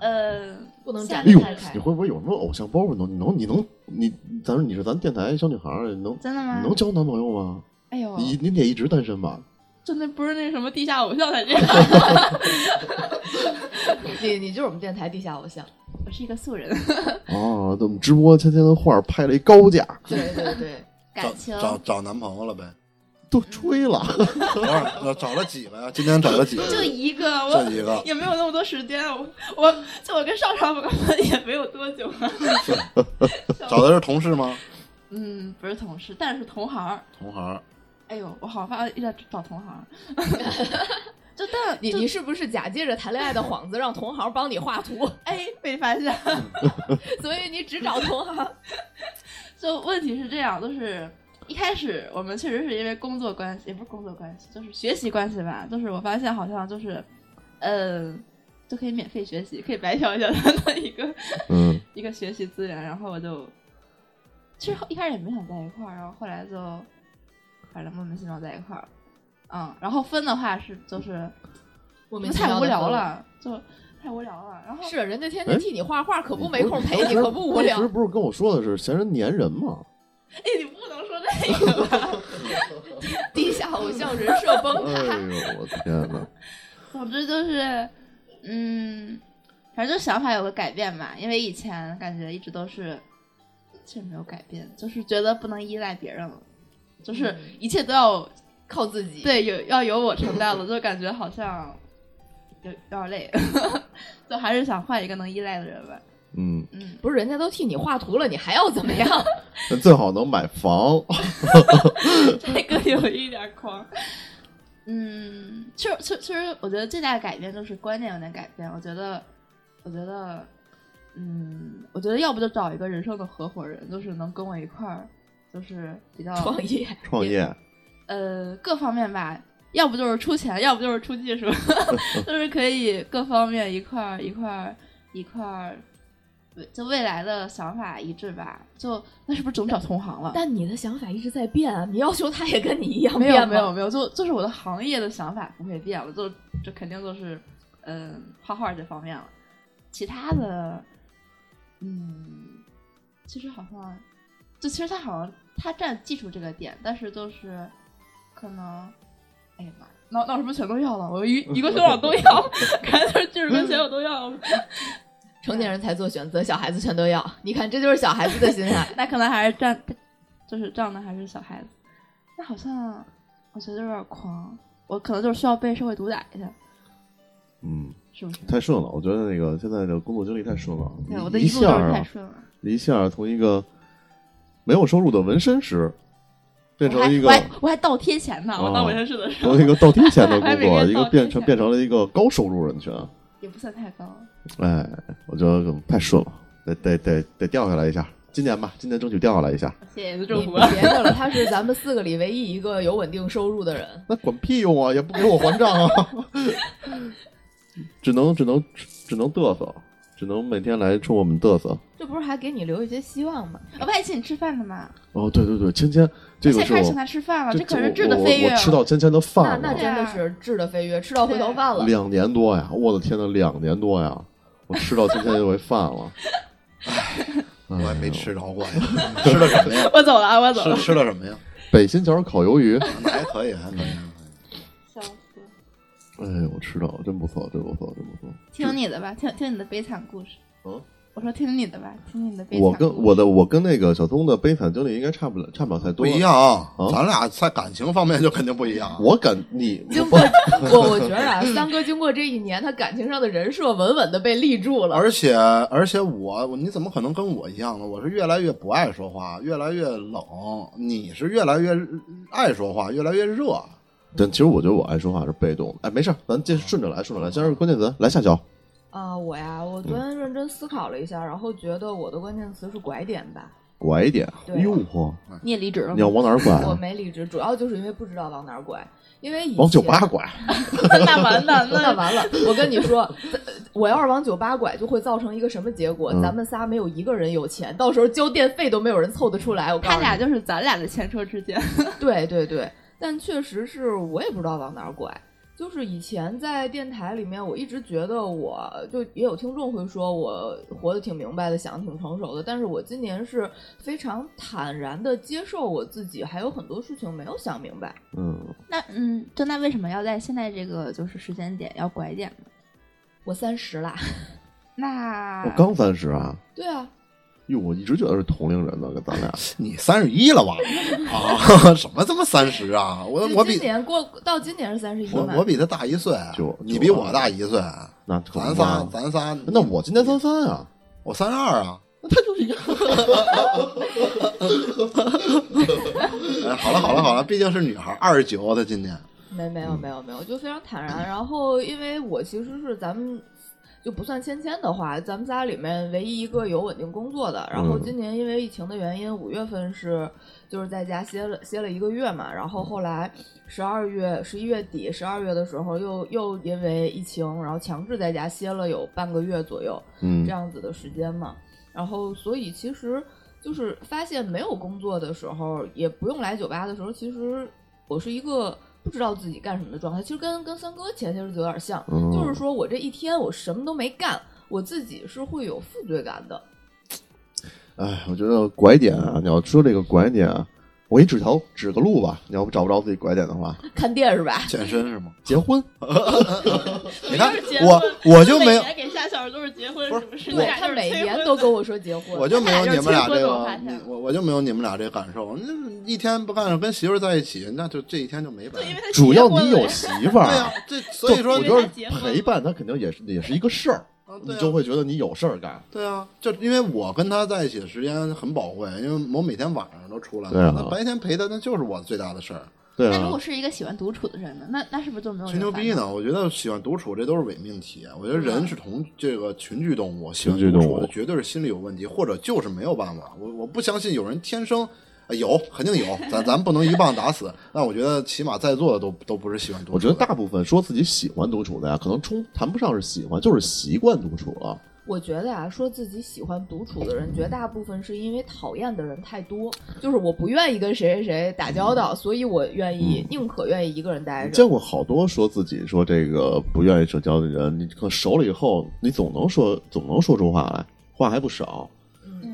[SPEAKER 6] 呃，
[SPEAKER 4] 不能
[SPEAKER 6] 下
[SPEAKER 4] 展
[SPEAKER 2] 哎呦
[SPEAKER 4] 开
[SPEAKER 6] 面看，
[SPEAKER 2] 你会不会有什么偶像包袱？能能你能你，咱说你是咱电台小女孩儿，能
[SPEAKER 6] 真的吗
[SPEAKER 2] 你？能交男朋友吗？
[SPEAKER 6] 哎呦，
[SPEAKER 2] 你你得一直单身吧？
[SPEAKER 6] 真的不是那什么地下偶像才这样，
[SPEAKER 4] 你你就是我们电台地下偶像。
[SPEAKER 6] 我是一个素人。
[SPEAKER 2] 哦，怎么直播天天的画儿拍了一高价，
[SPEAKER 4] 对对对，
[SPEAKER 5] 找
[SPEAKER 6] 感情
[SPEAKER 5] 找找男朋友了呗？
[SPEAKER 2] 都吹了。
[SPEAKER 5] 多少呃找了几个呀？今天找了几个？
[SPEAKER 6] 就一个，我
[SPEAKER 5] 就一个
[SPEAKER 6] 也没有那么多时间，我我就我跟上上根本也没有多久啊。
[SPEAKER 5] 找的是同事吗？
[SPEAKER 6] 嗯，不是同事，但是同行儿。
[SPEAKER 5] 同行。
[SPEAKER 6] 哎呦，我好像一直在找同 行 儿，就但
[SPEAKER 4] 你
[SPEAKER 6] 就
[SPEAKER 4] 你是不是假借着谈恋爱的幌子，让同行帮你画图，
[SPEAKER 6] 哎被发现。
[SPEAKER 4] 所以你只找同行？
[SPEAKER 6] 就问题是这样，就是一开始我们确实是因为工作关系，也不是工作关系，就是学习关系吧。就是我发现好像就是，嗯、都可以免费学习，可以白嫖一下他的一个
[SPEAKER 2] 嗯，
[SPEAKER 6] 一个学习资源，然后我就其实一开始也没想在一块儿，然后后来就反正莫名其妙在一块儿了，嗯，然后分的话是就是
[SPEAKER 4] 我
[SPEAKER 6] 们太无聊，了，就太无聊了，然后
[SPEAKER 4] 是人家天天替哎你画画，可不没空陪你，可不无
[SPEAKER 2] 当时
[SPEAKER 4] 聊。
[SPEAKER 2] 不是跟我说的是嫌人粘人 吗？
[SPEAKER 6] 哎，你不能说这个吧。
[SPEAKER 4] 地下偶像人设崩
[SPEAKER 2] 哎
[SPEAKER 4] 塌，
[SPEAKER 2] 呦，我的天哪！
[SPEAKER 6] 总之就是，嗯，反正就想法有个改变嘛，因为以前感觉一直都是，其实没有改变，就是觉得不能依赖别人了，就是
[SPEAKER 4] 嗯
[SPEAKER 6] 一切都要
[SPEAKER 4] 靠自己。，
[SPEAKER 6] 对有要由我承担了，就感觉好像有有点累， 就还是想换一个能依赖的人吧。
[SPEAKER 2] 嗯，
[SPEAKER 6] 嗯，
[SPEAKER 4] 不是人家都替你画图了，你还要怎么 样？
[SPEAKER 2] 那最好能买房。
[SPEAKER 6] 这个有一点狂。嗯，其实其实其实，我觉得最大的改变就是观念有点改变。我觉得，我觉得，嗯，我觉得要不就找一个人生的合伙人，就是能跟我一块儿，就是比较
[SPEAKER 4] 创业，
[SPEAKER 2] 创业，
[SPEAKER 6] 呃各方面吧，要不就是出钱，要不就是出技术， 就是可以各方面一块儿一块儿一块儿，就未来的想法一致吧。就那是不是总找同行了？
[SPEAKER 4] 但你的想法一直在变啊！你要求他也跟你一样
[SPEAKER 6] 没
[SPEAKER 4] 变吗
[SPEAKER 6] 有没有，没有，就就是我的行业的想法不会变了，就这肯定都是嗯画画这方面了，其他的嗯，其实好像就其实他好像他占技术这个点，但是就是可能哎呀妈呀，那那我是不是全都要 了？我一一个学长都要，感觉就是技术跟学我都要，
[SPEAKER 4] 成年人才做选择，小孩子全都要。你看，这就是小孩子的心 态。
[SPEAKER 6] 那可能还是占就是占的还是小孩子，那好像我觉得有点狂，我可能就是需要被社会毒打一下，
[SPEAKER 2] 嗯，
[SPEAKER 6] 是不是？
[SPEAKER 2] 太顺了。我觉得那个现在的工作经历太顺了。
[SPEAKER 6] 对，我
[SPEAKER 2] 一
[SPEAKER 6] 的一
[SPEAKER 2] 下
[SPEAKER 6] 路都
[SPEAKER 2] 儿
[SPEAKER 6] 是
[SPEAKER 2] 啊
[SPEAKER 6] 太顺了。
[SPEAKER 2] 一下从一个没有收入的纹身师，变成
[SPEAKER 6] 我还
[SPEAKER 2] 了一个
[SPEAKER 6] 我还我还倒贴钱呢，我当
[SPEAKER 2] 哦
[SPEAKER 6] 纹身师的时候
[SPEAKER 2] 从一个倒贴钱的
[SPEAKER 6] 还
[SPEAKER 2] 工
[SPEAKER 6] 每个
[SPEAKER 2] 作，
[SPEAKER 6] 月
[SPEAKER 2] 一个
[SPEAKER 6] 倒贴
[SPEAKER 2] 变成
[SPEAKER 6] 钱
[SPEAKER 2] 变成了一个高收入人群。啊
[SPEAKER 6] 也不算太高，
[SPEAKER 2] 哎，我觉得可能太顺了，得得得得掉下来一下。今年吧，今年争取掉下来一下。
[SPEAKER 6] 谢谢你的
[SPEAKER 4] 你
[SPEAKER 6] 祝 福。
[SPEAKER 4] 别的了，他是咱们四个里唯一一个有稳定收入的人。
[SPEAKER 2] 那管屁用啊，也不给我还账啊， 只能只能只能嘚瑟，只能每天来冲我们嘚瑟。
[SPEAKER 4] 这不是还给你留一些希望吗？
[SPEAKER 6] 我不还哦请你吃饭的吗？
[SPEAKER 2] 哦，对对对，芊芊，这个
[SPEAKER 6] 现在
[SPEAKER 2] 是
[SPEAKER 6] 开始请
[SPEAKER 2] 我
[SPEAKER 6] 他吃饭了，
[SPEAKER 2] 这
[SPEAKER 6] 这可
[SPEAKER 2] 这我
[SPEAKER 6] 是质的
[SPEAKER 2] 我
[SPEAKER 6] 飞跃
[SPEAKER 2] 我吃到芊芊的
[SPEAKER 4] 那
[SPEAKER 2] 饭
[SPEAKER 4] 那
[SPEAKER 2] 了，
[SPEAKER 4] 真的是质的飞跃，吃到回
[SPEAKER 6] 啊
[SPEAKER 4] 头饭了。
[SPEAKER 2] 两年多呀，我的天呐，两年多呀，我吃到芊芊这回饭了。 哎
[SPEAKER 5] 我
[SPEAKER 2] 唉
[SPEAKER 5] 还没吃着过呀， 吃了什么 呀？
[SPEAKER 6] 我走了啊，我走了
[SPEAKER 5] 吃。吃了什么呀？
[SPEAKER 2] 北新桥烤鱿鱼，
[SPEAKER 5] 那还可以，还可以。还可以
[SPEAKER 6] 笑死了！
[SPEAKER 2] 哎，我吃到了，真不错，真不错，真不错。
[SPEAKER 6] 听你的吧，听听你的悲惨故事。
[SPEAKER 2] 嗯，
[SPEAKER 6] 我说听你的吧，听你的悲惨故
[SPEAKER 2] 我
[SPEAKER 6] 事。
[SPEAKER 2] 跟我的我跟那个小东的悲惨经历应该差不了，差不了太
[SPEAKER 5] 不
[SPEAKER 2] 多。
[SPEAKER 5] 一，样，啊咱俩在感情方面就肯定不一样。啊
[SPEAKER 2] 我感你
[SPEAKER 4] 经过我，我觉得
[SPEAKER 2] 嗯
[SPEAKER 4] 啊，三哥经过这一年，他感情上的人设稳稳的被立住了。
[SPEAKER 5] 而且而且我你怎么可能跟我一样呢？我是越来越不爱说话，越来越冷，你是越来越爱说话，越来越热。
[SPEAKER 2] 但其实我觉得我爱说话是被动的。哎，没事儿，咱接顺着来，顺着来。先是关键词，来下脚。
[SPEAKER 4] 啊、我呀，我
[SPEAKER 2] 嗯
[SPEAKER 4] 昨天认真思考了一下，然后觉得我的关键词是拐点吧。
[SPEAKER 2] 拐一点，
[SPEAKER 4] 对
[SPEAKER 2] 哟呵，
[SPEAKER 6] 你也离职了
[SPEAKER 2] 你要
[SPEAKER 6] 吗？
[SPEAKER 2] 往哪儿拐
[SPEAKER 4] 我
[SPEAKER 2] 啊？
[SPEAKER 4] 没离职，主要就是因为不知道往哪儿拐，因为以前
[SPEAKER 2] 往酒吧拐。
[SPEAKER 6] 那 完 蛋，
[SPEAKER 4] 那
[SPEAKER 6] 那
[SPEAKER 4] 完了，我跟你说，呃我要是往酒吧拐，就会造成一个什么结果？
[SPEAKER 2] 嗯
[SPEAKER 4] 咱们仨没有一个人有钱，到时候交电费都没有人凑得出来。我告诉
[SPEAKER 6] 他
[SPEAKER 4] 你，
[SPEAKER 6] 俩就是咱俩的前车 之鉴。
[SPEAKER 4] 对对对，但确实是我也不知道往哪儿拐。就是以前在电台里面，我一直觉得我就也有听众会说我活得挺明白的，想得挺成熟的。但是我今年是非常坦然的接受我自己，还有很多事情没有想明白。
[SPEAKER 2] 嗯，
[SPEAKER 6] 那嗯，就那为什么要在现在这个就是时间点要拐点呢？
[SPEAKER 4] 我三十啦，
[SPEAKER 6] 那
[SPEAKER 2] 我刚三十啊。
[SPEAKER 4] 对啊，
[SPEAKER 2] 哟，我一直觉得是同龄人呢，跟咱俩。
[SPEAKER 5] 你三十一了吧？啊， 什么他妈三十啊？我
[SPEAKER 4] 就
[SPEAKER 5] 我
[SPEAKER 4] 今
[SPEAKER 5] 比
[SPEAKER 4] 年过到今年是三十一
[SPEAKER 5] 我
[SPEAKER 4] 嘛
[SPEAKER 5] 我，比他大一岁啊
[SPEAKER 2] 就，
[SPEAKER 5] 你
[SPEAKER 2] 就
[SPEAKER 5] 比我大一岁，啊
[SPEAKER 2] 那可
[SPEAKER 5] 咱
[SPEAKER 2] 不
[SPEAKER 5] 仨
[SPEAKER 2] 嘛
[SPEAKER 5] 咱仨，
[SPEAKER 2] 啊那我今年三三啊，
[SPEAKER 5] 我三十二啊。
[SPEAKER 2] 那他就是一样。
[SPEAKER 5] 哎，好了好了好了，毕竟是女孩，二十九，啊她今年
[SPEAKER 4] 没没有没有没有，就非常坦然。然后因为我其实是咱们。就不算芊芊的话，咱们仨里面唯一一个有稳定工作的。然后
[SPEAKER 2] 嗯
[SPEAKER 4] 今年因为疫情的原因，五月份是就是在家歇了歇了一个月嘛，然后后来十二月、十一月底、十二月的时候又又因为疫情，然后强制在家歇了有半个月左右。
[SPEAKER 2] 嗯
[SPEAKER 4] 这样子的时间嘛。然后，所以其实就是发现没有工作的时候，也不用来酒吧的时候，其实我是一个不知道自己干什么的状态。其实跟跟三哥前些日子有点像，
[SPEAKER 2] 嗯
[SPEAKER 4] 就是说我这一天我什么都没干，我自己是会有负罪感的。
[SPEAKER 2] 哎，我觉得拐点啊，你要说这个拐点啊，我给你指条指个路吧。你要不找不着自己拐点的话，
[SPEAKER 4] 看电视吧，
[SPEAKER 5] 健身是吗？
[SPEAKER 2] 结婚，
[SPEAKER 5] 你看
[SPEAKER 6] 都是结婚
[SPEAKER 5] 我我就
[SPEAKER 6] 每
[SPEAKER 5] 没有，
[SPEAKER 6] 年给夏小孩都是结婚，
[SPEAKER 5] 不是
[SPEAKER 6] 是不是？
[SPEAKER 5] 我
[SPEAKER 6] 你
[SPEAKER 4] 对
[SPEAKER 6] 俩
[SPEAKER 4] 他
[SPEAKER 6] 就是
[SPEAKER 4] 每
[SPEAKER 6] 催
[SPEAKER 4] 年
[SPEAKER 6] 婚
[SPEAKER 4] 都跟我说结婚，
[SPEAKER 5] 我就没有你们俩这
[SPEAKER 6] 我
[SPEAKER 5] 个
[SPEAKER 6] 发，现
[SPEAKER 5] 你我我就没有你们俩这感受。那一天不干，跟媳妇儿在一起，那就这一天就没白
[SPEAKER 6] 对，。因为他
[SPEAKER 2] 主
[SPEAKER 6] 结
[SPEAKER 2] 要
[SPEAKER 6] 婚
[SPEAKER 2] 你
[SPEAKER 6] 了
[SPEAKER 2] 有
[SPEAKER 6] 呀
[SPEAKER 2] 媳妇儿
[SPEAKER 5] 对呀
[SPEAKER 2] 啊。，
[SPEAKER 5] 这所以
[SPEAKER 2] 就
[SPEAKER 5] 说
[SPEAKER 2] 我
[SPEAKER 6] 因
[SPEAKER 2] 觉
[SPEAKER 6] 为
[SPEAKER 2] 得
[SPEAKER 6] 他结婚
[SPEAKER 2] 陪伴他肯定也是也是一个事儿，
[SPEAKER 5] 啊
[SPEAKER 2] 你
[SPEAKER 5] 对啊
[SPEAKER 2] 就会觉得你有事儿干。
[SPEAKER 5] 对啊，就因为我跟他在一起的时间很宝贵，因为我每天晚上都出来
[SPEAKER 2] 对
[SPEAKER 5] 了，
[SPEAKER 2] 啊
[SPEAKER 5] 那白天陪他那就是我最大的事儿，
[SPEAKER 2] 对
[SPEAKER 6] 那如
[SPEAKER 2] 啊
[SPEAKER 6] 果，是一个喜欢独处的人呢？那那是不是就
[SPEAKER 4] 哦
[SPEAKER 6] 没有
[SPEAKER 5] 吹
[SPEAKER 6] 这
[SPEAKER 5] 牛
[SPEAKER 6] 个
[SPEAKER 5] 逼
[SPEAKER 6] 烦恼？
[SPEAKER 5] 呢。我觉得喜欢独处这都是伪命题，啊我觉得
[SPEAKER 4] 啊
[SPEAKER 5] 人是同这个群居动物，喜欢
[SPEAKER 2] 群居
[SPEAKER 5] 独
[SPEAKER 2] 动物
[SPEAKER 5] 处的绝对是心理有问题，或者就是没有办法。我我不相信有人天生。啊有肯定有，咱咱不能一棒打死。但我觉得起码在座的都都不是喜欢独处的。
[SPEAKER 2] 我觉得大部分说自己喜欢独处的呀，可能冲谈不上是喜欢，就是习惯独处了。
[SPEAKER 4] 我觉得啊，说自己喜欢独处的人，绝大部分是因为讨厌的人太多，就是我不愿意跟谁谁谁打交道，所以我愿意宁可愿意一个人待
[SPEAKER 2] 你
[SPEAKER 4] 着。
[SPEAKER 2] 见过好多说自己说这个不愿意社交的人，你可熟了以后，你总能说总能说出话来，话还不少。
[SPEAKER 4] 嗯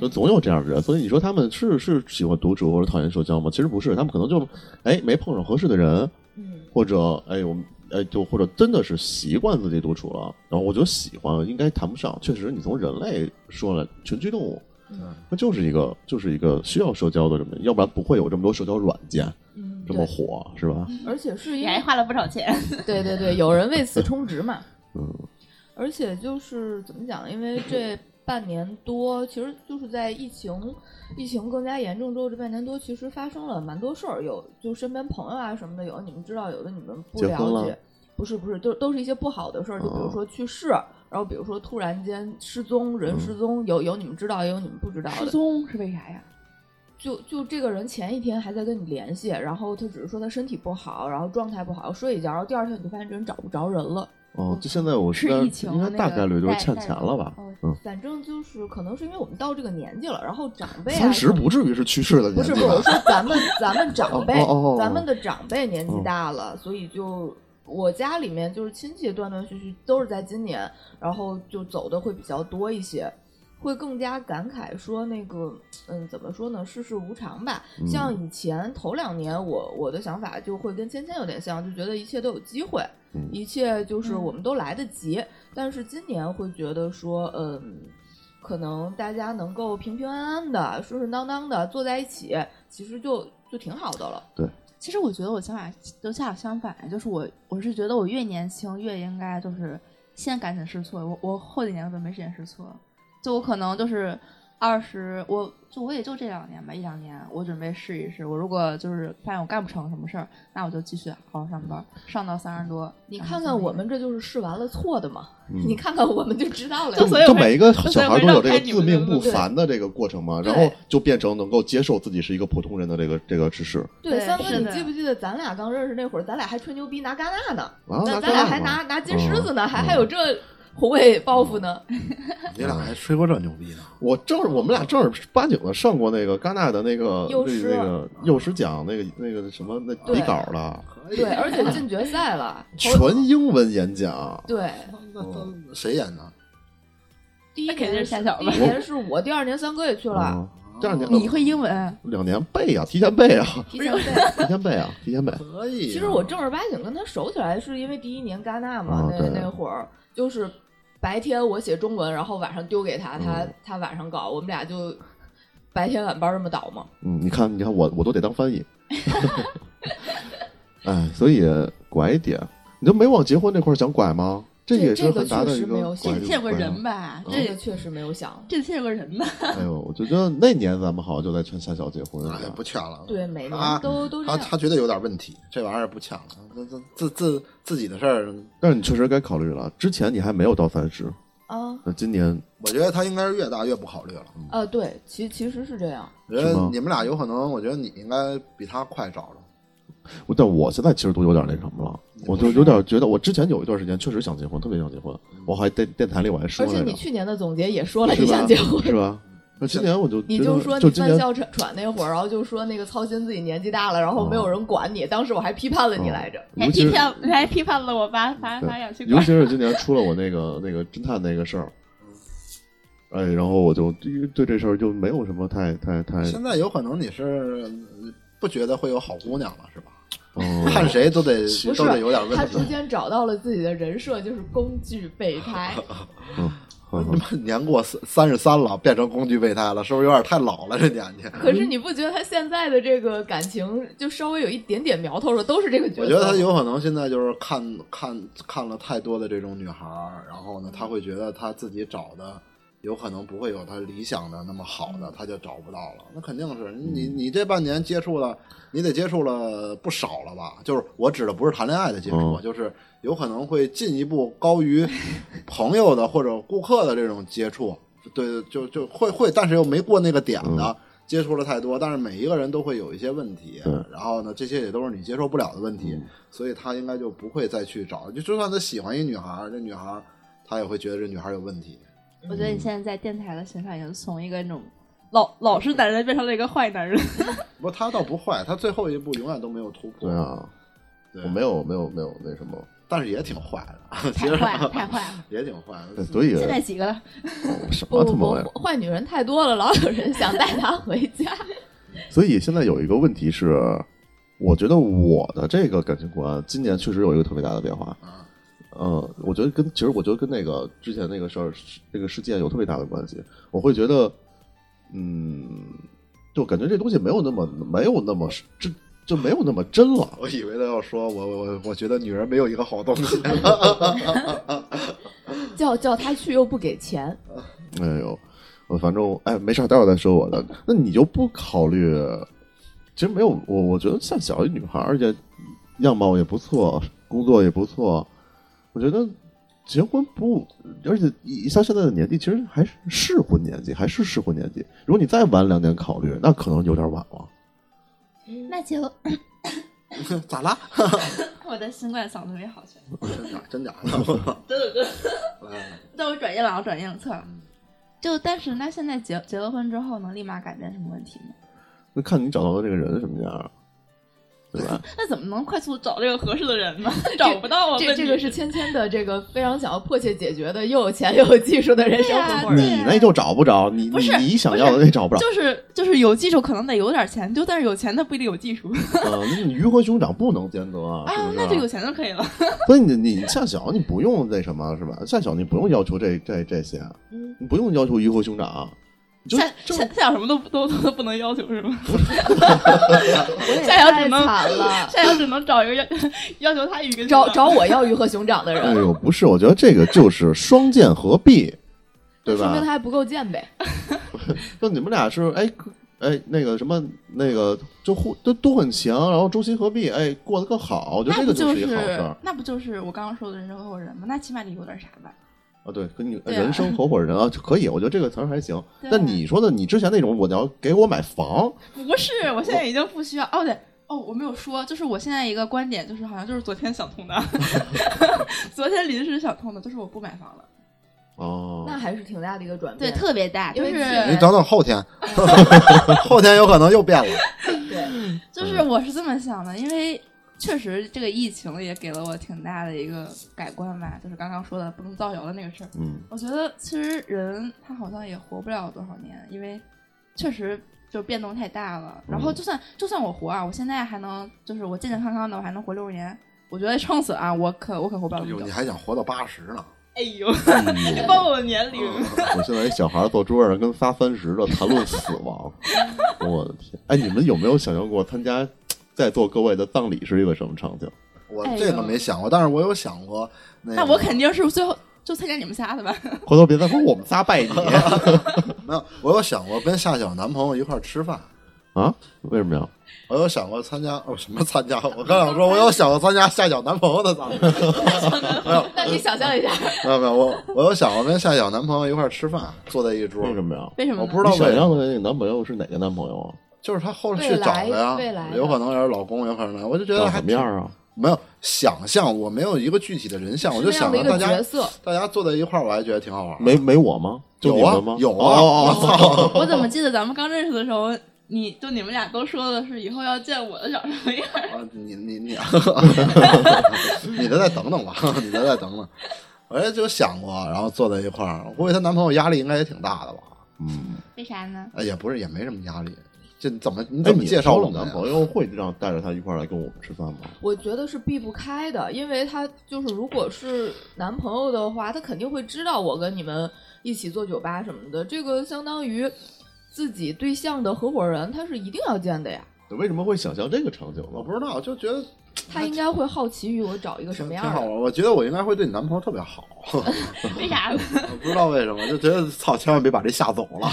[SPEAKER 2] 就总有这样的人，所以你说他们是是喜欢独处或者讨厌社交吗？其实不是，他们可能就哎没碰上合适的人，
[SPEAKER 4] 嗯，
[SPEAKER 2] 或者哎我们哎就或者真的是习惯自己独处了。然后我觉得喜欢应该谈不上，确实你从人类说了群居动物，
[SPEAKER 6] 嗯
[SPEAKER 2] 那就是一个就是一个需要社交的这么，要不然不会有这么多社交软件
[SPEAKER 4] 嗯，
[SPEAKER 2] 这
[SPEAKER 4] 对，
[SPEAKER 2] 么火，是吧？
[SPEAKER 6] 嗯
[SPEAKER 4] 而且是
[SPEAKER 6] 你
[SPEAKER 4] 因
[SPEAKER 6] 还
[SPEAKER 4] 为
[SPEAKER 6] 花了不少钱，
[SPEAKER 4] 对对对，有人为此充值嘛。
[SPEAKER 2] 嗯，
[SPEAKER 4] 而且就是怎么讲，因为这半年多，其实就是在疫情疫情更加严重之后，这半年多其实发生了蛮多事儿，有就身边朋友啊什么的有，你们知道，有的你们不
[SPEAKER 2] 结婚
[SPEAKER 4] 了解
[SPEAKER 2] 了，哦
[SPEAKER 4] 不是不是，都都是一些不好的事儿，就比如说去世，然后比如说突然间失踪，人
[SPEAKER 2] 嗯
[SPEAKER 4] 失踪，有有你们知道，也有你们不知道的，
[SPEAKER 6] 踪是为啥呀？
[SPEAKER 4] 就就这个人前一天还在跟你联系，然后他只是说他身体不好，然后状态不好，睡一觉，然后第二天你就发现这人找不着人了。
[SPEAKER 2] 哦，就现在我
[SPEAKER 6] 是
[SPEAKER 2] 现在
[SPEAKER 6] 疫情
[SPEAKER 2] 应该
[SPEAKER 6] 那
[SPEAKER 2] 大
[SPEAKER 6] 个
[SPEAKER 2] 概率就是
[SPEAKER 6] 带
[SPEAKER 2] 欠
[SPEAKER 6] 带
[SPEAKER 2] 钱了吧？
[SPEAKER 6] 哦
[SPEAKER 2] 嗯，
[SPEAKER 4] 反正就是可能是因为我们到这个年纪了，然后长辈啊
[SPEAKER 2] 三十
[SPEAKER 4] 什么
[SPEAKER 2] 不至于是去世的
[SPEAKER 4] 不
[SPEAKER 2] 年
[SPEAKER 4] 是
[SPEAKER 2] 纪
[SPEAKER 4] 不是，我
[SPEAKER 2] 吧？
[SPEAKER 4] 说咱们咱们长辈
[SPEAKER 2] 哦哦嗯哦哦，
[SPEAKER 4] 咱们的长辈年纪大了，所以就我家里面就是亲戚断断续续都是在今年，然后就走的会比较多一些。会更加感慨说那个，嗯，怎么说呢？世事无常吧。
[SPEAKER 2] 嗯
[SPEAKER 4] 像以前头两年我，我的想法就会跟芊芊有点像，就觉得一切都有机会，
[SPEAKER 2] 嗯
[SPEAKER 4] 一切就是
[SPEAKER 6] 嗯
[SPEAKER 4] 我们都来得及。但是今年会觉得说，嗯，可能大家能够平平安安的、顺顺当当的坐在一起，其实就就挺好的了。
[SPEAKER 6] 其实我觉得我想法都恰好相反，就是我我是觉得我越年轻越应该就是先赶紧试错，我我后几年根本没时间试错，就我可能就是二十，我就我也就这两年吧，一两年我准备试一试，我如果就是发现我干不成什么事儿，那我就继续好好上班，上到三十多，
[SPEAKER 4] 你
[SPEAKER 6] 然后
[SPEAKER 4] 看
[SPEAKER 6] 再
[SPEAKER 4] 看我
[SPEAKER 6] 那
[SPEAKER 4] 们这嗯就是试完了错的嘛，
[SPEAKER 2] 嗯
[SPEAKER 4] 你看看我们就知道了呀。
[SPEAKER 6] 就所以
[SPEAKER 2] 就
[SPEAKER 6] 我
[SPEAKER 2] 每一个
[SPEAKER 6] 就
[SPEAKER 2] 小
[SPEAKER 6] 所
[SPEAKER 2] 孩
[SPEAKER 6] 以
[SPEAKER 2] 都
[SPEAKER 6] 我
[SPEAKER 2] 有
[SPEAKER 6] 绕
[SPEAKER 2] 这个
[SPEAKER 6] 开你
[SPEAKER 2] 自
[SPEAKER 6] 们的
[SPEAKER 2] 命不
[SPEAKER 6] 路
[SPEAKER 2] 凡的这个过程嘛，
[SPEAKER 4] 对
[SPEAKER 2] 然后就变成能够接受自己是一个普通人的这个这个知识
[SPEAKER 4] 对，
[SPEAKER 6] 对
[SPEAKER 4] 三哥，
[SPEAKER 6] 是
[SPEAKER 4] 你
[SPEAKER 6] 的
[SPEAKER 4] 记不记得咱俩刚认识那会儿，咱俩还吹牛逼哦拿戛纳呢，
[SPEAKER 2] 啊，
[SPEAKER 4] 那
[SPEAKER 2] 拿
[SPEAKER 4] 咱俩
[SPEAKER 2] 干
[SPEAKER 4] 还
[SPEAKER 2] 嘛
[SPEAKER 4] 拿拿金狮子呢，
[SPEAKER 2] 嗯
[SPEAKER 4] 还
[SPEAKER 2] 嗯
[SPEAKER 4] 还有这宏伟抱负呢。
[SPEAKER 5] 你俩还吹过这牛逼呢？
[SPEAKER 2] 我正是我们俩正儿八经的上过那个戛纳的那个
[SPEAKER 4] 幼
[SPEAKER 2] 那
[SPEAKER 4] 师啊
[SPEAKER 2] 那个幼师奖那个那个什么那
[SPEAKER 4] 对
[SPEAKER 2] 底稿了，
[SPEAKER 4] 对，而且进决 赛了，头
[SPEAKER 2] 全英文演讲，
[SPEAKER 4] 对。
[SPEAKER 5] 那那谁演的？
[SPEAKER 4] 第一
[SPEAKER 6] 肯定
[SPEAKER 4] 年
[SPEAKER 6] 是夏小
[SPEAKER 4] 第
[SPEAKER 6] 吧
[SPEAKER 4] 一年是我，第二年三哥也去了，
[SPEAKER 2] 嗯，第
[SPEAKER 4] 哦
[SPEAKER 2] 二年
[SPEAKER 6] 你会英文，
[SPEAKER 2] 两年背啊，提前背啊，
[SPEAKER 4] 提前赛。
[SPEAKER 2] 提前背啊，提 前背，
[SPEAKER 5] 可以啊。
[SPEAKER 4] 其实我正儿八经跟他熟起来，是因为第一年戛纳嘛，
[SPEAKER 2] 哦对
[SPEAKER 4] 那那会儿就是白天我写中文，然后晚上丢给他，他、
[SPEAKER 2] 嗯
[SPEAKER 4] 他晚上搞，我们俩就白天晚班这么倒嘛。
[SPEAKER 2] 嗯，你看你看我我都得当翻译， 哎，所以拐点，你都没往结婚这块儿想拐吗？这
[SPEAKER 4] 这
[SPEAKER 2] 也是
[SPEAKER 4] 这个
[SPEAKER 2] 很大
[SPEAKER 4] 确
[SPEAKER 2] 的
[SPEAKER 4] 实
[SPEAKER 2] 一
[SPEAKER 4] 没有
[SPEAKER 2] 拐
[SPEAKER 4] 想
[SPEAKER 6] 这
[SPEAKER 2] 点
[SPEAKER 6] 得有个
[SPEAKER 2] 拐点
[SPEAKER 6] 人吧，
[SPEAKER 2] 哦
[SPEAKER 4] 这
[SPEAKER 6] 这
[SPEAKER 4] 个确实没有想，
[SPEAKER 6] 这得有个人吧，
[SPEAKER 2] 哎呦，我觉得那年咱们好像就在劝夏小结婚了
[SPEAKER 5] 哎，不恰了。
[SPEAKER 4] 对，每
[SPEAKER 5] 他
[SPEAKER 2] 啊
[SPEAKER 4] 年都、都这
[SPEAKER 5] 他
[SPEAKER 4] 样。
[SPEAKER 5] 他觉得有点问题，这玩意儿不恰了。那那自自自己的事儿，
[SPEAKER 2] 但是你确实该考虑了，之前你还没有到三十，那今年
[SPEAKER 5] 我觉得他应该是越大越不考虑了。
[SPEAKER 4] 啊，对，其其实是这样，
[SPEAKER 5] 我觉
[SPEAKER 2] 是吗
[SPEAKER 5] 得你们俩有可能，我觉得你应该比他快找着。
[SPEAKER 2] 我但我现在其实都有点那什么了，我就有点觉得，我之前有一段时间确实想结婚，特别想结婚，我还电电台里我还说
[SPEAKER 4] 而
[SPEAKER 2] 来
[SPEAKER 4] 且
[SPEAKER 2] 着，
[SPEAKER 4] 你去年的总结也说了
[SPEAKER 2] 是
[SPEAKER 4] 你
[SPEAKER 2] 吧
[SPEAKER 4] 想结婚，
[SPEAKER 2] 是吧？那今年我就
[SPEAKER 4] 你
[SPEAKER 2] 觉得
[SPEAKER 4] 就说你
[SPEAKER 2] 今
[SPEAKER 4] 犯
[SPEAKER 2] 年
[SPEAKER 4] 哮喘喘那会儿，然后就说那个操心自己年纪大了，然后没有人管你，当时我还批判了
[SPEAKER 2] 嗯
[SPEAKER 4] 你来 着。
[SPEAKER 6] 还
[SPEAKER 2] 啊尤其
[SPEAKER 6] 批
[SPEAKER 2] 是
[SPEAKER 6] 判还批判了我爸，把
[SPEAKER 2] 对
[SPEAKER 6] 他养去
[SPEAKER 2] 尤
[SPEAKER 6] 管
[SPEAKER 2] 其。是今年出了我那个那个侦探那个事儿，哎，然后我就对对这事儿就没有什么太太太，
[SPEAKER 5] 现在有可能你是呃不觉得会有好姑娘了，是吧？
[SPEAKER 2] 嗯，
[SPEAKER 5] 看谁都得
[SPEAKER 4] 不是
[SPEAKER 5] 都得有点
[SPEAKER 4] 他
[SPEAKER 5] 问
[SPEAKER 4] 逐
[SPEAKER 5] 题。
[SPEAKER 4] 渐找到了自己的人设，就是工具备胎。
[SPEAKER 2] 嗯
[SPEAKER 5] 你们 年过三三十三了，变成工具备胎了，是不是有点太老了？这年纪，
[SPEAKER 4] 可是你不觉得他现在的这个感情就稍微有一点点苗头了，都是这个角色？
[SPEAKER 5] 我觉得他有可能现在就是看看看了太多的这种女孩儿，然后呢，他会觉得他自己找的有可能不会有他理想的那么好的，他就找不到了。那肯定是你
[SPEAKER 4] 嗯
[SPEAKER 5] 你这半年接触了，你得接触了不少了吧？就是我指的不是谈恋爱的接触，
[SPEAKER 2] 嗯
[SPEAKER 5] 就是有可能会进一步高于朋友的或者顾客的这种接触。对，就就会会，但是又没过那个点的。接触了太多，但是每一个人都会有一些问题
[SPEAKER 2] 嗯对，嗯
[SPEAKER 5] 然后呢，这些也都是你接受不了的问题，所以他应该就不会再去找。就就算他喜欢一女孩儿，这女孩儿他也会觉得这女孩儿有问题。
[SPEAKER 6] 我觉得你现在在电台的形象已经从一个那种老老实男人变成了一个坏男人。
[SPEAKER 5] 不，他倒不坏，他最后一步永远都没有突破。
[SPEAKER 2] 对，啊，
[SPEAKER 5] 对
[SPEAKER 2] 我没有没有没有那什么，
[SPEAKER 5] 但是也挺坏的， 其
[SPEAKER 6] 太
[SPEAKER 5] 实
[SPEAKER 6] 坏了，太坏了！
[SPEAKER 5] 也挺坏的。
[SPEAKER 2] 对哎所以
[SPEAKER 6] 现在几个了？
[SPEAKER 2] 什么
[SPEAKER 4] 不
[SPEAKER 2] 他
[SPEAKER 4] 不
[SPEAKER 2] 妈
[SPEAKER 4] 不
[SPEAKER 2] 玩意儿，
[SPEAKER 4] 坏女人太多了，老有人想带她回家。
[SPEAKER 2] 所以现在有一个问题是，我觉得我的这个感情观今年确实有一个特别大的变化。
[SPEAKER 5] 啊
[SPEAKER 2] 嗯，我觉得跟其实我觉得跟那个之前那个事儿那个事件有特别大的关系。我会觉得，嗯，就感觉这东西没有那么没有那么真，就没有那么真了。
[SPEAKER 5] 我以为他要说我我我我觉得女人没有一个好 东西，
[SPEAKER 4] 叫叫他去又不给钱，
[SPEAKER 2] 哎呦，我反正哎没事儿，待会儿再说我的。那你就不考虑？其实没有，我我觉得像小一女孩儿，而且样貌也不错，工作也不错，我觉得结婚不，而且以像现在的年纪，其实还是适婚年纪，还是适婚年纪。如果你再晚两年考虑，那可能有点晚了。
[SPEAKER 6] 那结婚，
[SPEAKER 5] 咋啦？
[SPEAKER 6] 我的新冠嗓子没好起来，
[SPEAKER 5] 真假真假 的？
[SPEAKER 6] 真的真的。
[SPEAKER 5] 来
[SPEAKER 6] 但我转阴了，我转阴了，错了。就但是那现在结结了婚之后，能立马改变什么问题吗？
[SPEAKER 2] 那看你找到的这个人是什么样儿，对吧？
[SPEAKER 6] 那怎么能快速找这个合适的人呢？找不到 啊！
[SPEAKER 4] 这
[SPEAKER 6] 问题
[SPEAKER 4] 这个是芊芊的这个非常想要迫切解决的，又有钱又有技术的人生合伙人。
[SPEAKER 6] 对啊
[SPEAKER 2] 你那就找不着，你
[SPEAKER 6] 不
[SPEAKER 2] 你
[SPEAKER 6] 是
[SPEAKER 2] 你想要的那找不着，
[SPEAKER 6] 就是就是有技术可能得有点钱，就但是有钱他不一定有技术
[SPEAKER 2] 嗯，那你鱼和熊掌不能兼得啊，是不
[SPEAKER 6] 啊，
[SPEAKER 2] 是？
[SPEAKER 6] 那就有钱就可以了。
[SPEAKER 2] 所以你你下小你不用那什么是吧？下小你不用要求这这这些，啊
[SPEAKER 4] 嗯
[SPEAKER 2] 你不用要求鱼和熊掌，你就
[SPEAKER 6] 下
[SPEAKER 2] 就
[SPEAKER 6] 下下有什么都都都不能要求是 吗？
[SPEAKER 4] 我也
[SPEAKER 6] 夏瑶
[SPEAKER 4] 太惨
[SPEAKER 6] 只能
[SPEAKER 4] 了，
[SPEAKER 6] 夏瑶只能找一个要 要求他与个
[SPEAKER 4] 找找我要鱼和熊掌的
[SPEAKER 2] 哎
[SPEAKER 4] 人，
[SPEAKER 2] 呦不是，我觉得这个就是双剑合璧，对
[SPEAKER 4] 说明
[SPEAKER 2] 吧
[SPEAKER 4] 他？还不够贱呗。
[SPEAKER 2] 就你们俩是哎哎那个什么那个就互都都很强，然后中心合璧，哎过得更好，我觉得
[SPEAKER 6] 那
[SPEAKER 2] 这
[SPEAKER 6] 不
[SPEAKER 2] 个
[SPEAKER 6] 就是
[SPEAKER 2] 一好事儿
[SPEAKER 6] 是那不就是我刚刚说的人生合伙人吗？那起码得有点啥吧？
[SPEAKER 2] 啊。对，跟你
[SPEAKER 6] 对啊
[SPEAKER 2] 人生合伙人啊可以，我觉得这个词儿还行。
[SPEAKER 6] 对啊
[SPEAKER 2] 但你说的你之前那种，我要给我买房，
[SPEAKER 6] 不是，我现在已经不需要。哦，对，哦，我没有说，就是我现在一个观点，就是好像就是昨天想通的， 昨天临时想通的，就是我不买房了。
[SPEAKER 2] 哦，
[SPEAKER 4] 那还是挺大的一个转
[SPEAKER 6] 对，
[SPEAKER 4] 变。
[SPEAKER 6] 特别大，
[SPEAKER 4] 因
[SPEAKER 6] 就
[SPEAKER 4] 为
[SPEAKER 6] 是
[SPEAKER 4] 去
[SPEAKER 5] 你等等后 天，后天有可能又变了。
[SPEAKER 4] 对，
[SPEAKER 6] 就是
[SPEAKER 5] 嗯
[SPEAKER 6] 我是这么想的，因为确实这个疫情也给了我挺大的一个改观吧，就是刚刚说的不能造谣的那个事儿。
[SPEAKER 2] 嗯
[SPEAKER 6] 我觉得其实人他好像也活不了多少年，因为确实就变动太大了。然后
[SPEAKER 5] 嗯
[SPEAKER 6] 就算就算我活啊，我现在还能就是我健健康康的，我还能活六十年，我觉得撑死啊，我可我可活不了
[SPEAKER 5] 哎
[SPEAKER 6] 那
[SPEAKER 5] 呦，
[SPEAKER 6] 么久
[SPEAKER 5] 你。还想活到八十呢？
[SPEAKER 6] 哎呦，
[SPEAKER 2] 哎呦
[SPEAKER 6] 别报我年龄。
[SPEAKER 5] 嗯
[SPEAKER 2] 我现在一小孩坐桌上跟发番石的谈论死亡，我的天！哎，你们有没有想象过参加在座各位的葬礼是一个什么场景？
[SPEAKER 5] 我
[SPEAKER 6] 哎呦
[SPEAKER 5] 这个没想过，但是我有想过那
[SPEAKER 6] 那
[SPEAKER 5] 个
[SPEAKER 6] 我肯定是最后就参加你们仨的吧？
[SPEAKER 2] 回头别再说我们仨 拜你
[SPEAKER 5] 没有，我有想过跟夏小男朋友一块儿吃饭，
[SPEAKER 2] 啊？为什么呀？
[SPEAKER 5] 我有想过参加哦什么参加？我刚想说，我有想过参加下脚男朋友的葬礼，
[SPEAKER 4] 那你想象一下，
[SPEAKER 5] 没有没有，我我有想过跟下脚男朋友一块儿吃饭，坐在一桌，
[SPEAKER 2] 为什么呀？
[SPEAKER 6] 为什么
[SPEAKER 5] 我
[SPEAKER 6] 呢？
[SPEAKER 5] 不知道
[SPEAKER 2] 你
[SPEAKER 5] 为
[SPEAKER 2] 想
[SPEAKER 5] 什
[SPEAKER 2] 象
[SPEAKER 5] 么，
[SPEAKER 2] 的那个男朋友是哪个男朋友啊？
[SPEAKER 5] 就是他后续找的呀
[SPEAKER 4] 未来未来，的
[SPEAKER 5] 有可能也是老公，有可能是，我就觉得
[SPEAKER 2] 长
[SPEAKER 5] 还
[SPEAKER 2] 什么样啊？
[SPEAKER 5] 没有想象，我没有一个具体的人像，我
[SPEAKER 4] 什
[SPEAKER 5] 就
[SPEAKER 4] 么样
[SPEAKER 5] 想着
[SPEAKER 4] 的一
[SPEAKER 5] 大
[SPEAKER 4] 个
[SPEAKER 5] 家
[SPEAKER 4] 角色？
[SPEAKER 5] 大家坐在一块儿，我还觉得挺好玩的。
[SPEAKER 2] 没没我吗？就你
[SPEAKER 5] 有啊
[SPEAKER 2] 们吗？
[SPEAKER 5] 有
[SPEAKER 2] 哦哦
[SPEAKER 5] 啊，
[SPEAKER 2] 哦
[SPEAKER 5] 我操！
[SPEAKER 6] 我怎么记得咱们刚认识的时候，你就你们俩都说的是以后要见我的长什么样？
[SPEAKER 5] 啊， 你你你，你的再等等吧， 你的再等等。我也就想过，然后坐在一块儿，我估计她男朋友压力应该也挺大的吧？
[SPEAKER 2] 嗯，
[SPEAKER 6] 为啥呢？
[SPEAKER 5] 哎，也不是，也没什么压力。这你怎么你
[SPEAKER 2] 哎，
[SPEAKER 5] 怎么
[SPEAKER 2] 你
[SPEAKER 5] 介绍
[SPEAKER 2] 了
[SPEAKER 5] 我
[SPEAKER 2] 男
[SPEAKER 5] 友？
[SPEAKER 2] 朋友会让带着他一块儿来跟我们吃 饭吗？
[SPEAKER 4] 我觉得是避不开的，因为他就是如果是男朋友的话，他肯定会知道我跟你们一起做酒吧什么的，这个相当于自己对象的合伙人，他是一定要见的呀。
[SPEAKER 2] 为什么会想象这个场景呢？
[SPEAKER 5] 我不知道，就觉得
[SPEAKER 4] 他应该会好奇于我找一个什么
[SPEAKER 5] 嗯挺
[SPEAKER 4] 样
[SPEAKER 5] 好玩。啊
[SPEAKER 4] 的。
[SPEAKER 5] 我觉得我应该会对你男朋友特别好，
[SPEAKER 6] 为啥呢？
[SPEAKER 5] 我不知道为什么，就觉得操，千万别把这吓走了，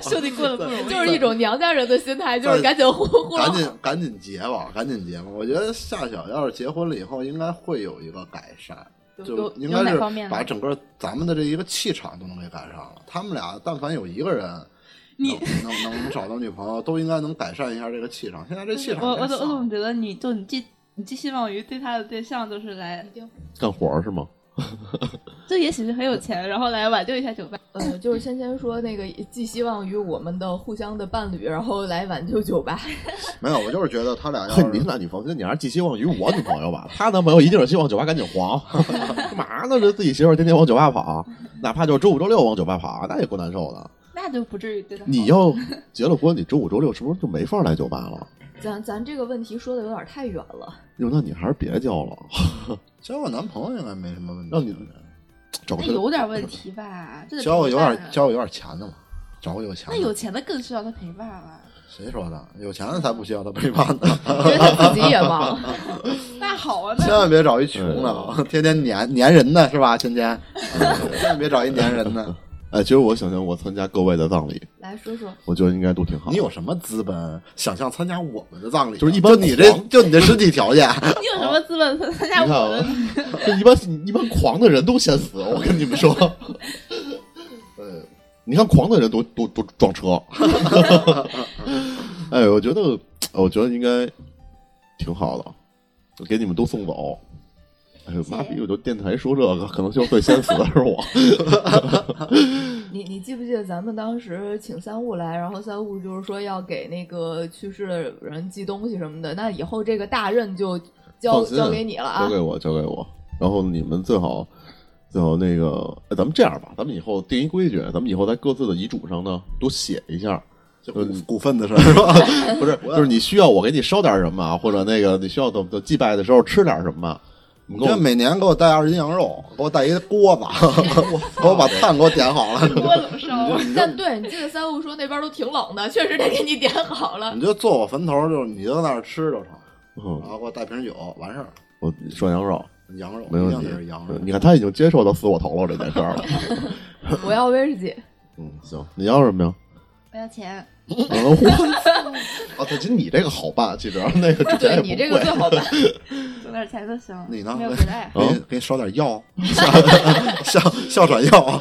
[SPEAKER 6] 兄弟过得不容易，
[SPEAKER 4] 就是一种娘家人的心态，就是赶紧呼呼
[SPEAKER 5] 赶
[SPEAKER 4] 了。
[SPEAKER 5] 紧赶紧结吧，赶紧结吧。我觉得夏晓要是结婚了以后，应该会有一个改善。
[SPEAKER 6] 有
[SPEAKER 5] 就
[SPEAKER 6] 有
[SPEAKER 5] 应
[SPEAKER 6] 有
[SPEAKER 5] 该
[SPEAKER 6] 哪
[SPEAKER 5] 是
[SPEAKER 6] 方面呢
[SPEAKER 5] 把？整个咱们的这一个气场都能给改善了。他们俩但凡有一个人
[SPEAKER 6] 你
[SPEAKER 5] 能能能找到女朋友，都应该能改善一下这个气场。现在这气场
[SPEAKER 6] 我我
[SPEAKER 5] 太
[SPEAKER 6] 怎
[SPEAKER 5] 丧
[SPEAKER 6] 我怎么
[SPEAKER 5] 了，
[SPEAKER 6] 觉得你就你寄你寄希望于对他的对象就是来，
[SPEAKER 2] 干活儿是 吗？
[SPEAKER 6] 就也许是很有钱，然后来挽救一下酒吧。
[SPEAKER 4] 呃，就是先先说那个寄希望于我们的互相的伴侣，然后来挽救酒吧。
[SPEAKER 5] 没有，我就是觉得他俩要
[SPEAKER 2] 嘿，你
[SPEAKER 5] 是
[SPEAKER 2] 那你放心，你还是寄希望于我女朋友 吧。她男朋友一定是希望酒吧赶紧黄， 干嘛呢？这自己媳妇儿天天往酒吧跑，哪怕就是周五周六往酒吧跑，那也够难受的。
[SPEAKER 6] 那就不至于对他好
[SPEAKER 2] 你要结了婚，你周五周六是不是就没法来酒吧了？
[SPEAKER 4] 咱咱这个问题说的有点太远了，
[SPEAKER 2] 哟，那你还是别交了，
[SPEAKER 5] 交个男朋友应该没什么问题。
[SPEAKER 2] 让你找个
[SPEAKER 6] 那有点问题吧？这得
[SPEAKER 5] 交个有
[SPEAKER 6] 陪伴
[SPEAKER 5] 点
[SPEAKER 6] 啊
[SPEAKER 5] 交个有点钱的嘛，找个有钱
[SPEAKER 6] 那
[SPEAKER 5] 的。
[SPEAKER 6] 有钱的更需要他陪伴了。
[SPEAKER 5] 谁说的？有钱的才不需要他陪伴呢。
[SPEAKER 4] 我觉得他自己也忙。
[SPEAKER 6] 那好啊，
[SPEAKER 5] 千万别找一穷的，天天粘粘人的是吧？天天，千万别找一粘人的。
[SPEAKER 2] 哎，其实我想象我参加各位的葬礼，
[SPEAKER 4] 来说说，
[SPEAKER 2] 我觉得应该都挺好。
[SPEAKER 5] 你有什么资本想象参加我们的葬礼啊？
[SPEAKER 2] 就是一般
[SPEAKER 5] 你这
[SPEAKER 2] 黄
[SPEAKER 5] 就你这身体条件，
[SPEAKER 6] 你有什么资本 参加
[SPEAKER 2] 你看
[SPEAKER 6] 我
[SPEAKER 2] 啊
[SPEAKER 6] 的？，
[SPEAKER 2] 这一般一般狂的人都先死，我跟你们说。呃，你看狂的人都都都撞车。哎，我觉得，我觉得应该挺好的，我给你们都送走。哎呦妈逼！我就电台说这个，可能就会先死的是我。
[SPEAKER 4] 你你记不记得咱们当时请三五来，然后三五就是说要给那个去世的人寄东西什么的，那以后这个大任就 交
[SPEAKER 2] 放心
[SPEAKER 4] 交给你了啊
[SPEAKER 2] 交！给我，交给我。然后你们最好，最好那个，哎咱们这样吧，咱们以后定一规矩，咱们以后在各自的遗嘱上呢，都写一下，
[SPEAKER 5] 就股股份的事儿是吧？
[SPEAKER 2] 不是，就是你需要我给你烧点什么，啊或者那个你需要怎么祭拜的时候吃点什么，啊你
[SPEAKER 5] 你
[SPEAKER 2] 给
[SPEAKER 5] 这
[SPEAKER 2] 我
[SPEAKER 5] 每年给我带二斤羊肉，给我带一锅子，给我把炭给我点好了，
[SPEAKER 6] 锅 怎么烧啊？
[SPEAKER 4] 但对你记得三五说那边都挺冷的，确实得给你点好 了
[SPEAKER 5] 你。就坐我坟头，就是你就在那儿吃就成，
[SPEAKER 2] 嗯
[SPEAKER 5] 然，后给我带瓶酒，完事儿。
[SPEAKER 2] 我涮羊肉
[SPEAKER 5] 羊肉
[SPEAKER 2] 没
[SPEAKER 5] 一
[SPEAKER 2] 问
[SPEAKER 5] 定
[SPEAKER 2] 题
[SPEAKER 5] 得是羊。肉
[SPEAKER 2] 嗯，你看他已经接受到死我头 了这件事儿了。
[SPEAKER 4] 我要威士忌，
[SPEAKER 2] 嗯，行，你要什么呀？
[SPEAKER 6] 我要钱，
[SPEAKER 2] 嗯我 操啊，对，其实你这个好办，其实那个之前也
[SPEAKER 4] 对
[SPEAKER 2] 不
[SPEAKER 4] 你这个最好办。
[SPEAKER 6] 有点钱就行。
[SPEAKER 5] 你呢
[SPEAKER 6] 没有别的爱好。
[SPEAKER 5] 给你给你烧点药，哮哮喘药，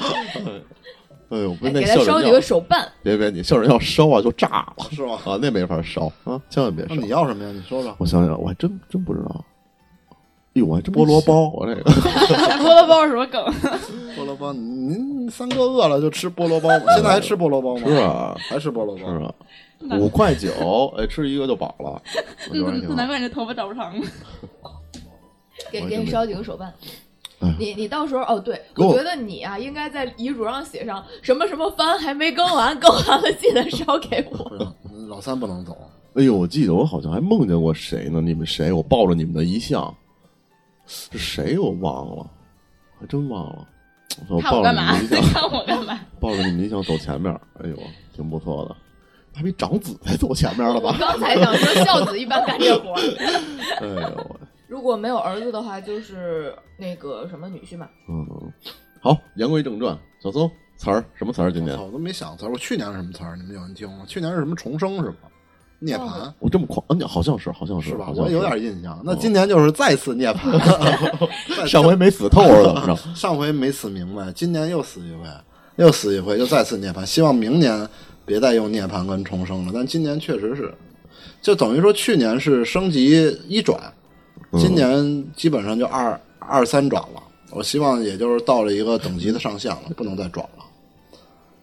[SPEAKER 2] 哎呦，不
[SPEAKER 4] 哎
[SPEAKER 2] 是那
[SPEAKER 4] 给他
[SPEAKER 2] 孝
[SPEAKER 4] 烧
[SPEAKER 2] 顺
[SPEAKER 4] 几
[SPEAKER 2] 药
[SPEAKER 4] 个，手办，
[SPEAKER 2] 别别，你孝顺要烧啊就炸了
[SPEAKER 5] 是吗？
[SPEAKER 2] 啊，那没法烧啊，千万别
[SPEAKER 5] 那
[SPEAKER 2] 烧。
[SPEAKER 5] 嗯你要什么呀？你说说。
[SPEAKER 2] 我想想，我还真真不知道。哎呦，我还真没
[SPEAKER 5] 菠萝
[SPEAKER 2] 想
[SPEAKER 5] 包
[SPEAKER 2] 过啊这个
[SPEAKER 6] 菠萝包是什么梗？
[SPEAKER 5] 菠萝包，您三哥饿了就吃菠萝包 吗？现在还吃菠萝包吗？
[SPEAKER 2] 吃啊
[SPEAKER 5] 还吃菠萝
[SPEAKER 2] 是
[SPEAKER 5] 包？
[SPEAKER 2] 啊，五块九，哎，吃一个就饱 了，我觉得还挺好
[SPEAKER 6] 难怪你这头发长不长。
[SPEAKER 4] 给
[SPEAKER 2] 我
[SPEAKER 4] 给
[SPEAKER 2] 真
[SPEAKER 4] 你
[SPEAKER 2] 没
[SPEAKER 4] 烧几个手办
[SPEAKER 2] 哎呀。
[SPEAKER 4] 你你到时候哦，对，
[SPEAKER 2] 给我
[SPEAKER 4] 我觉得你啊，应该在遗嘱上写上什么什么番还没更完，更完了记得烧给我。
[SPEAKER 5] 不是啊老三不能走，
[SPEAKER 2] 哎呦，我记得我好像还梦见过谁呢？你们谁？我抱着你们的遗像，是谁？我忘了，还真忘了。我
[SPEAKER 6] 看我
[SPEAKER 2] 抱着
[SPEAKER 6] 干
[SPEAKER 2] 你
[SPEAKER 6] 嘛
[SPEAKER 2] 们 遗？像，
[SPEAKER 6] 看我干嘛？
[SPEAKER 2] 抱着你们遗像走前面，哎呦，挺不错的。他比长子才走前面了
[SPEAKER 4] 我
[SPEAKER 2] 吧？
[SPEAKER 4] 刚才想说，孝子一般干这活儿。
[SPEAKER 2] 哎呦，
[SPEAKER 4] 如果没有儿子的话，就是那个什么女婿嘛。
[SPEAKER 2] 嗯，好，言归正传，小松词儿什么词儿？今
[SPEAKER 5] 我
[SPEAKER 2] 天
[SPEAKER 5] 操，我都没想词儿。我去年是什么词儿？你们有人听吗？去年是什么重生是吧？涅槃
[SPEAKER 2] 我这么狂，嗯，好像是，好像是，
[SPEAKER 5] 是吧？
[SPEAKER 2] 好像
[SPEAKER 5] 我有
[SPEAKER 2] 是
[SPEAKER 5] 点印象。那今年就是再次 涅槃，再
[SPEAKER 2] 上回没死透是 怎么着？
[SPEAKER 5] 上回没死明白，今年又死一回，又死一回，又再次涅槃。希望明年别再用涅槃跟重生了，但今年确实是，就等于说去年是升级一转，
[SPEAKER 2] 嗯
[SPEAKER 5] 今年基本上就二二三转了。我希望也就是到了一个等级的上限了，不能再转了。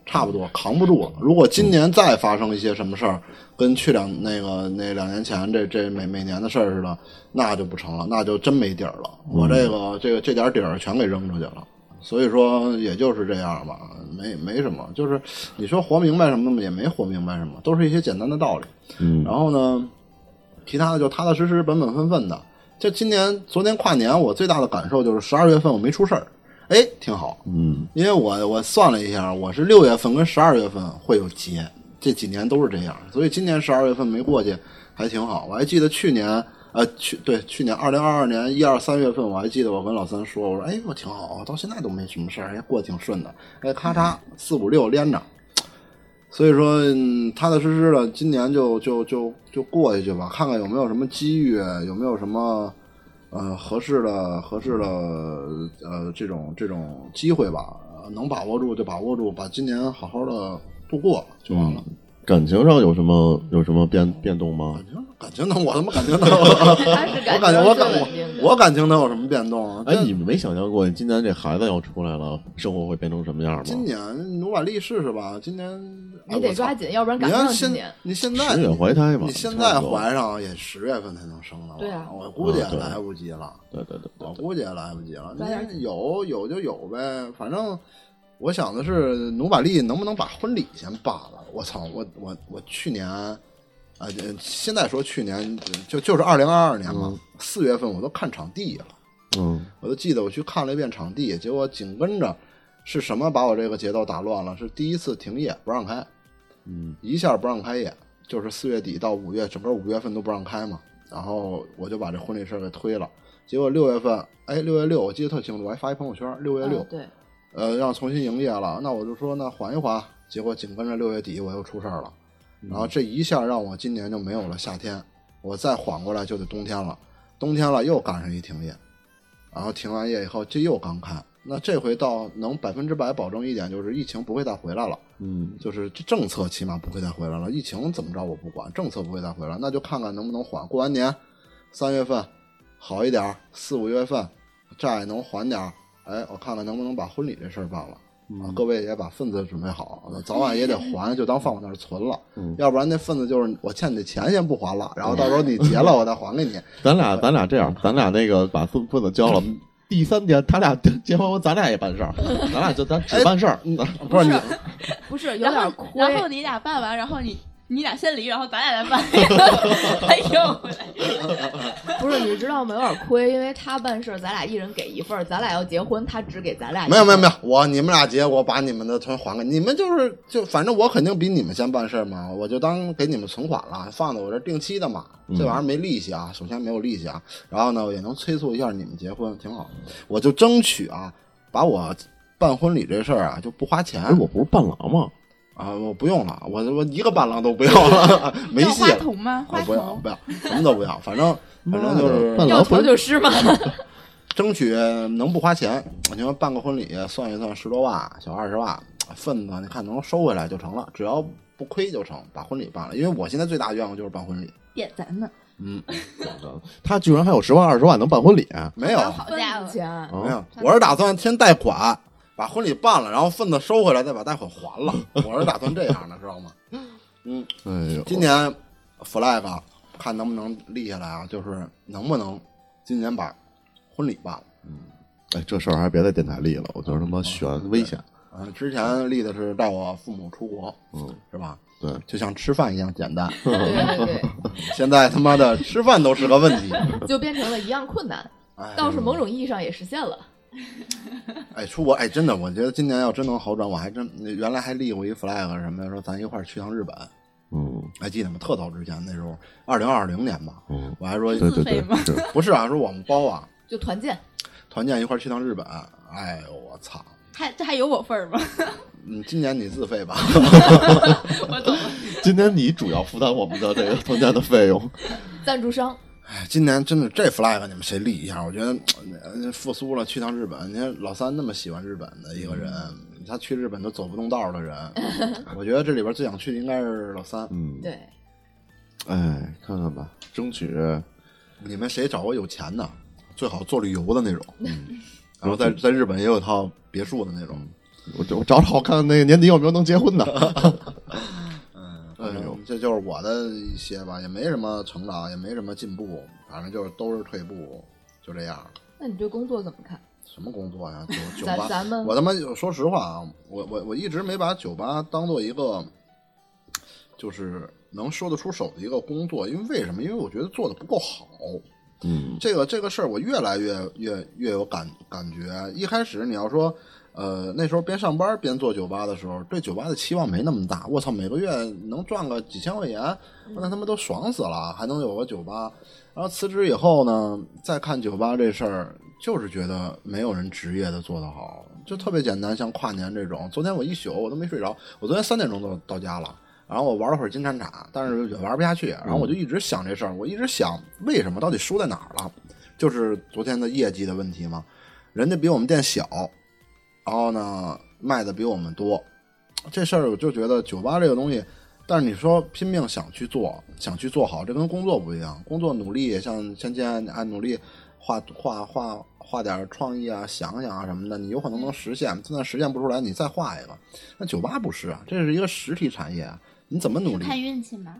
[SPEAKER 5] 差不多扛不住了。如果今年再发生一些什么事儿，跟去两那个那两年前这这每每年的事儿似的，那就不成了，那就真没底儿了。我这个这个这点底儿全给扔出去了。所以说，也就是这样吧，没没什么，就是你说活明白什么吗？也没活明白什么，都是一些简单的道理。
[SPEAKER 2] 嗯
[SPEAKER 5] 然后呢，其他的就踏踏实实、本本分分的。就今年，昨年跨年，我最大的感受就是十二月份我没出事儿，哎，挺好。
[SPEAKER 2] 嗯
[SPEAKER 5] 因为我我算了一下，我是六月份跟十二月份会有节，这几年都是这样，所以今年十二月份没过去还挺好。我还记得去年，呃，去对去年二零二二年一二三月份，我还记得我跟老三说，我说哎我挺好，到现在都没什么事儿，哎过得挺顺的，哎咔嚓四五六连着。所以说，嗯踏踏实实的，今年就就就就过去去吧，看看有没有什么机遇，有没有什么呃合适的合适的呃这种这种机会吧，呃能把握住就把握住，把今年好好的度过就完了。
[SPEAKER 2] 感情上有什么有什么变变动吗
[SPEAKER 5] 感？情哦感情 能，我他妈感情能，我
[SPEAKER 4] 但是
[SPEAKER 5] 感觉
[SPEAKER 4] 情
[SPEAKER 5] 我
[SPEAKER 4] 是
[SPEAKER 5] 感
[SPEAKER 4] 稳定的
[SPEAKER 5] 我我感情能有什么变动啊？
[SPEAKER 2] 哎，
[SPEAKER 5] 这
[SPEAKER 2] 你们没想象过今年这孩子要出来了，生活会变成什么样吗？
[SPEAKER 5] 今年努把力试试吧，今年哎
[SPEAKER 4] 你得
[SPEAKER 5] 我操
[SPEAKER 4] 抓紧，要不然
[SPEAKER 5] 你
[SPEAKER 4] 赶不
[SPEAKER 5] 要
[SPEAKER 4] 上今
[SPEAKER 5] 现
[SPEAKER 4] 年。
[SPEAKER 5] 你现在
[SPEAKER 2] 十月怀胎吧，
[SPEAKER 5] 你现在
[SPEAKER 2] 差不多
[SPEAKER 5] 怀上也十月份才能生了吧，
[SPEAKER 4] 对啊
[SPEAKER 5] 我估计也
[SPEAKER 2] 嗯对
[SPEAKER 5] 来不及了。
[SPEAKER 2] 对对对
[SPEAKER 5] 我
[SPEAKER 2] 对，
[SPEAKER 5] 估计也来不及了。
[SPEAKER 4] 来点
[SPEAKER 5] 那有有就有呗，反正我想的是努把力能不能把婚礼先办了。我操，我我我去年啊、呃现在说去年就就是二零二二年嘛，四、月份我都看场地了，
[SPEAKER 2] 嗯
[SPEAKER 5] 我都记得我去看了一遍场地，结果紧跟着是什么把我这个节奏打乱了？是第一次停业不让开，
[SPEAKER 2] 嗯
[SPEAKER 5] 一下不让开业，就是四月底到五月，整个五月份都不让开嘛。然后我就把这婚礼事儿给推了。结果六月份，哎，六月六，我记得特清楚，我还发一朋友圈，六月六、
[SPEAKER 4] 啊对，
[SPEAKER 5] 呃，让重新营业了。那我就说，那缓一缓。结果紧跟着六月底我又出事儿了，然后这一下让我今年就没有了夏天，我再缓过来就得冬天了，冬天了又赶上一停业，然后停完业以后这又刚开。那这回到能百分之百保证一点，就是疫情不会再回来了。
[SPEAKER 2] 嗯
[SPEAKER 5] 就是这政策起码不会再回来了，疫情怎么着我不管，政策不会再回来，那就看看能不能缓。过完年，三月份好一点儿，四五月份债能缓点儿，哎，我看看能不能把婚礼这事儿办了。啊，各位也把份子准备好，早晚也得还，就当放我那儿存了，
[SPEAKER 2] 嗯
[SPEAKER 5] 要不然那份子就是我欠你的钱先不还了，然后到时候你结 了我再还给你。
[SPEAKER 2] 咱俩咱俩这样，咱俩那个把份份子交了。第三天，他俩结完婚，咱俩也办 事儿，咱俩就咱只办事儿，咱
[SPEAKER 5] 哎不是你，啊
[SPEAKER 4] 不是有
[SPEAKER 6] 然
[SPEAKER 4] 点
[SPEAKER 6] 后
[SPEAKER 4] 亏。
[SPEAKER 6] 然后你俩办完，然后你你俩先离，然后咱俩 再办，哎呦，回来。
[SPEAKER 4] 不是，你知道吗？有点亏，因为他办事儿，咱俩一人给一份儿，咱俩要结婚，他只给咱俩。
[SPEAKER 5] 没有没有没，有，我你们俩结，我把你们的全还给你们，就是就反正我肯定比你们先办事儿嘛，我就当给你们存款了，放在我这定期的嘛，
[SPEAKER 2] 嗯
[SPEAKER 5] 这玩意儿没利息啊，首先没有利息啊，然后呢也能催促一下你们结婚，挺好，我就争取啊，把我办婚礼这事儿啊就不花钱
[SPEAKER 2] 哎，我不是伴郎吗？
[SPEAKER 5] 啊，我不用了，我我一个伴郎都不要了，没
[SPEAKER 6] 要
[SPEAKER 5] 戏
[SPEAKER 6] 花
[SPEAKER 5] 了，
[SPEAKER 6] 童吗？
[SPEAKER 5] 我
[SPEAKER 6] 花
[SPEAKER 5] 不要
[SPEAKER 6] 童
[SPEAKER 5] 不要，什么都不要，反正反正就是
[SPEAKER 2] 伴
[SPEAKER 4] 要
[SPEAKER 2] 郎不
[SPEAKER 4] 头
[SPEAKER 2] 是
[SPEAKER 4] 就是嘛。
[SPEAKER 5] 争取能不花钱，你们办个婚礼，算一算十多万，小二十万，份子你看能收回来就成了，只要不亏就成，把婚礼办了。因为我现在最大的愿望就是办婚礼，
[SPEAKER 6] 点咱呢，
[SPEAKER 2] 他居然还有十万二十万能办婚礼，啊
[SPEAKER 5] 没有
[SPEAKER 6] 好家
[SPEAKER 4] 价
[SPEAKER 6] 伙，
[SPEAKER 4] 钱，
[SPEAKER 5] 没
[SPEAKER 2] 没
[SPEAKER 5] 有，我是打算先贷款把婚礼办了，然后份子收回来，再把贷款还了。我是打算这样的，知道吗？
[SPEAKER 2] 哎呦，
[SPEAKER 5] 今年 flag 啊看能不能立下来啊，就是能不能今年把婚礼办了。
[SPEAKER 2] 哎，这事儿还别在电台立了，我觉得他妈悬危险。
[SPEAKER 5] 嗯、之前立的是带我父母出国，
[SPEAKER 2] 嗯，
[SPEAKER 5] 是吧？
[SPEAKER 2] 对，
[SPEAKER 5] 就像吃饭一样简单。
[SPEAKER 4] 对对对，
[SPEAKER 5] 现在他妈的吃饭都是个问题。
[SPEAKER 4] 就变成了一样困难，
[SPEAKER 5] 哎，
[SPEAKER 4] 倒是某种意义上也实现了。
[SPEAKER 5] 哎，出国哎，真的，我觉得今年要真能好转，我还真原来还立过一 flag 什么的，说咱一块儿去趟日本。
[SPEAKER 2] 嗯
[SPEAKER 5] 还记得吗？特早之前那时候，二零二零年吧，
[SPEAKER 2] 嗯，
[SPEAKER 5] 我还说
[SPEAKER 2] 对对
[SPEAKER 6] 自费
[SPEAKER 2] 对
[SPEAKER 6] 吗，
[SPEAKER 2] 是
[SPEAKER 5] 不是啊，说我们包啊，
[SPEAKER 4] 就团建，
[SPEAKER 5] 团建一块儿去趟日本。哎呦我操，
[SPEAKER 6] 还这还有我份儿吗？
[SPEAKER 5] 嗯，今年你自费吧。
[SPEAKER 6] 我懂了，
[SPEAKER 2] 今天你主要负担我们的这个参加的费用，
[SPEAKER 4] 赞助商
[SPEAKER 5] 哎，今年真的这 flag 你们谁立一下？我觉得呃复苏了，去趟日本。你看老三那么喜欢日本的一个人，他去日本都走不动道的人，我觉得这里边最想去的应该是老三。
[SPEAKER 2] 嗯，
[SPEAKER 4] 对，
[SPEAKER 2] 哎，看看吧，争取呃
[SPEAKER 5] 你们谁找个有钱的，最好做旅游的那种，
[SPEAKER 4] 嗯
[SPEAKER 5] 然后在在日本也有套别墅的那种。
[SPEAKER 2] 我我找找看那个年底有没有能结 婚的，哎呦
[SPEAKER 5] 嗯，这就是我的一些吧，也没什么成长，也没什么进步，反正就是都是退步，就这样。
[SPEAKER 4] 那你对工作怎么看？
[SPEAKER 5] 什么工作呀？酒酒
[SPEAKER 4] 咱
[SPEAKER 5] 吧，
[SPEAKER 4] 咱们
[SPEAKER 5] 我他妈就说实话啊，我我我一直没把酒吧当做一个，就是能说得出手的一个工作，因为为什么？因为我觉得做的不够好。
[SPEAKER 2] 嗯，
[SPEAKER 5] 这个这个事儿，我越来越越越有感感觉。一开始你要说，呃，那时候边上班边做酒吧的时候，对酒吧的期望没那么大。我操，每个月能赚个几千块钱，那他妈都爽死了，还能有个酒吧。然后辞职以后呢，再看酒吧这事儿，就是觉得没有人职业的做得好，就特别简单，像跨年这种。昨天我一宿我都没睡着，我昨天三点钟就到家了。然后我玩了会儿金铲铲，但是也玩不下去。然后我就一直想这事儿，我一直想为什么到底输在哪儿了？就是昨天的业绩的问题嘛。人家比我们店小，然后呢卖的比我们多，这事儿我就觉得酒吧这个东西，但是你说拼命想去做，想去做好，这跟工作不一样。工作努力，像像今天啊努力画画画画点创意啊，想想啊什么的，你有可能能实现。就算实现不出来，你再画一个。那酒吧不是啊，这是一个实体产业啊，你怎么努
[SPEAKER 6] 是
[SPEAKER 5] 力？
[SPEAKER 6] 看运气吗？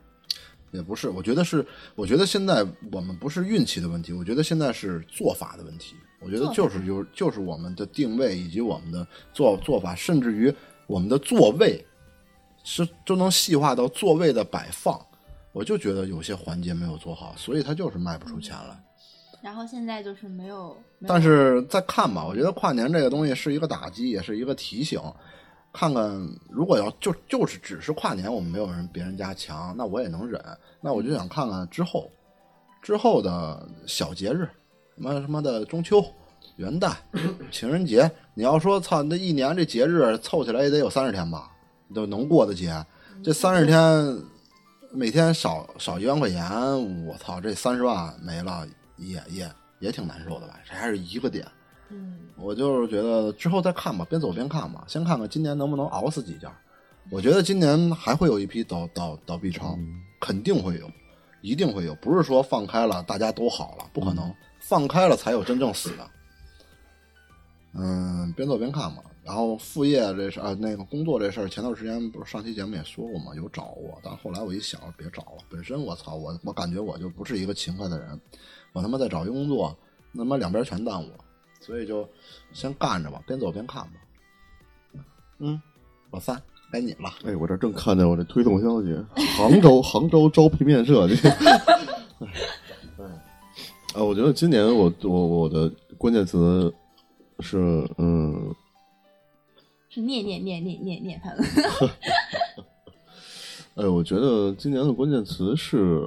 [SPEAKER 5] 也不是，我觉得是，我觉得现在我们不是运气的问题，我觉得现在是做法的问题。我觉得就是就是就是我们的定位以及我们的做做法，甚至于我们的座位，是都能细化到座位的摆放。我就觉得有些环节没有做好，所以它就是卖不出钱来。
[SPEAKER 6] 然后现在就是没有，没有
[SPEAKER 5] 但是再看吧，我觉得跨年这个东西是一个打击，也是一个提醒。看看，如果要就就是只是跨年，我们没有人别人家强，那我也能忍。那我就想看看之后，之后的小节日，什么什么的中秋、元 旦、情人节，你要说操，那一年这节日凑起来也得有三十天吧，都能过的节。
[SPEAKER 6] 嗯
[SPEAKER 5] 这三十天，每天少少一万块钱，我操，这三十万没了，也也也挺难受的吧？这还是一个点。
[SPEAKER 4] 嗯，
[SPEAKER 5] 我就是觉得之后再看吧，边走边看吧，先看看今年能不能熬死几家。我觉得今年还会有一批倒倒倒闭潮，肯定会有，一定会有。不是说放开了大家都好了，不可能，放开了才有真正死的。嗯，边走边看吧。然后副业这事啊，那个工作这事儿，前段时间不是上期节目也说过嘛，有找我，但后来我一想，别找了。本身我操，我我感觉我就不是一个勤快的人，我他妈再找一工作，他妈两边全耽误了。所以就先干着吧，边走边看吧。嗯，老三，该你 了。
[SPEAKER 2] 哎，我这正看见我这推送消息，杭州 杭州招聘面设计。啊，哎我觉得今年我我我的关键词是嗯，
[SPEAKER 6] 是念念念念念念他
[SPEAKER 2] 哎，我觉得今年的关键词是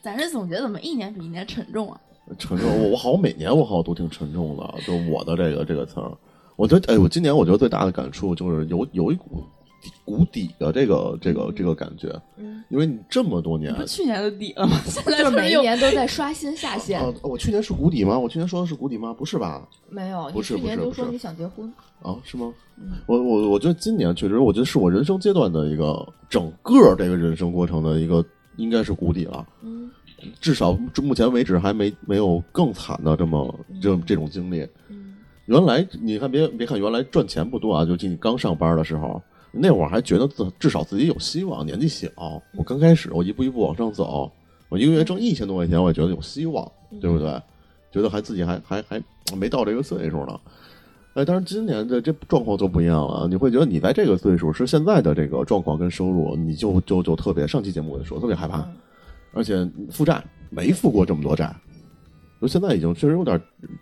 [SPEAKER 6] 咱这总结怎么一年比一年沉重啊？
[SPEAKER 2] 沉重。我我好像每年我好像都挺沉重的，就我的这个这个词儿。我觉得哎，我今年我觉得最大的感触就是有有一股底谷底的这个这个这个感觉，因为你这么多年
[SPEAKER 6] 不是去年的底了吗？ 现在
[SPEAKER 4] 就是
[SPEAKER 6] 不是
[SPEAKER 4] 每一
[SPEAKER 6] 又
[SPEAKER 4] 年都在刷新下限，
[SPEAKER 2] 啊，我去年是谷底吗？我去年说的是谷底吗？不是吧？
[SPEAKER 4] 没有，你
[SPEAKER 2] 不是
[SPEAKER 4] 去年
[SPEAKER 2] 不是
[SPEAKER 4] 就
[SPEAKER 2] 不
[SPEAKER 4] 说
[SPEAKER 2] 是
[SPEAKER 4] 你想结婚，
[SPEAKER 2] 啊，是吗？我我我觉得今年确实，我觉得是我人生阶段的一个整个这个人生过程的一个应该是谷底了，
[SPEAKER 4] 嗯
[SPEAKER 2] 至少目前为止还没没有更惨的这么这这种经历。
[SPEAKER 4] 嗯
[SPEAKER 2] 原来你看别别看原来赚钱不多啊，就你刚上班的时候，那会儿还觉得自至少自己有希望，年纪小，我刚开始我一步一步往上走，我一个月挣一千多块钱，我也觉得有希望，对不对？觉得还自己还还还没到这个岁数呢。哎，但是今年的这状况就不一样了，你会觉得你在这个岁数是现在的这个状况跟收入，你就就就特别上期节目我就说特别害怕，而且负债没负过这么多债，就现在已经确实有点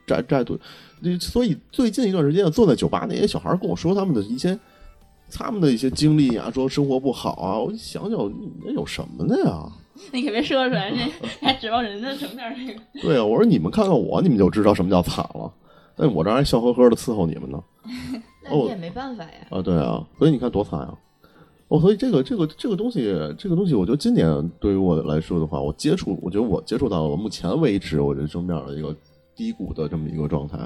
[SPEAKER 2] 债债多，那所以最近一段时间坐在酒吧那些小孩跟我说他们的一些他们的一些经历啊，说生活不好啊，我一想想你们有什么的呀？
[SPEAKER 6] 你可别说出来，这还指望人家整点这个。
[SPEAKER 2] 对啊，我哎说你们看看我，你们就知道什么叫惨了。但我这儿还笑呵呵的伺候你们呢。
[SPEAKER 4] 那但你也没办法呀。
[SPEAKER 2] 啊，对啊，所以你看多惨啊！哦，所以这个这个这个东西，这个东西，我觉得今年对于我来说的话，我接触，我觉得我接触到了目前为止我人生面的一个低谷的这么一个状态。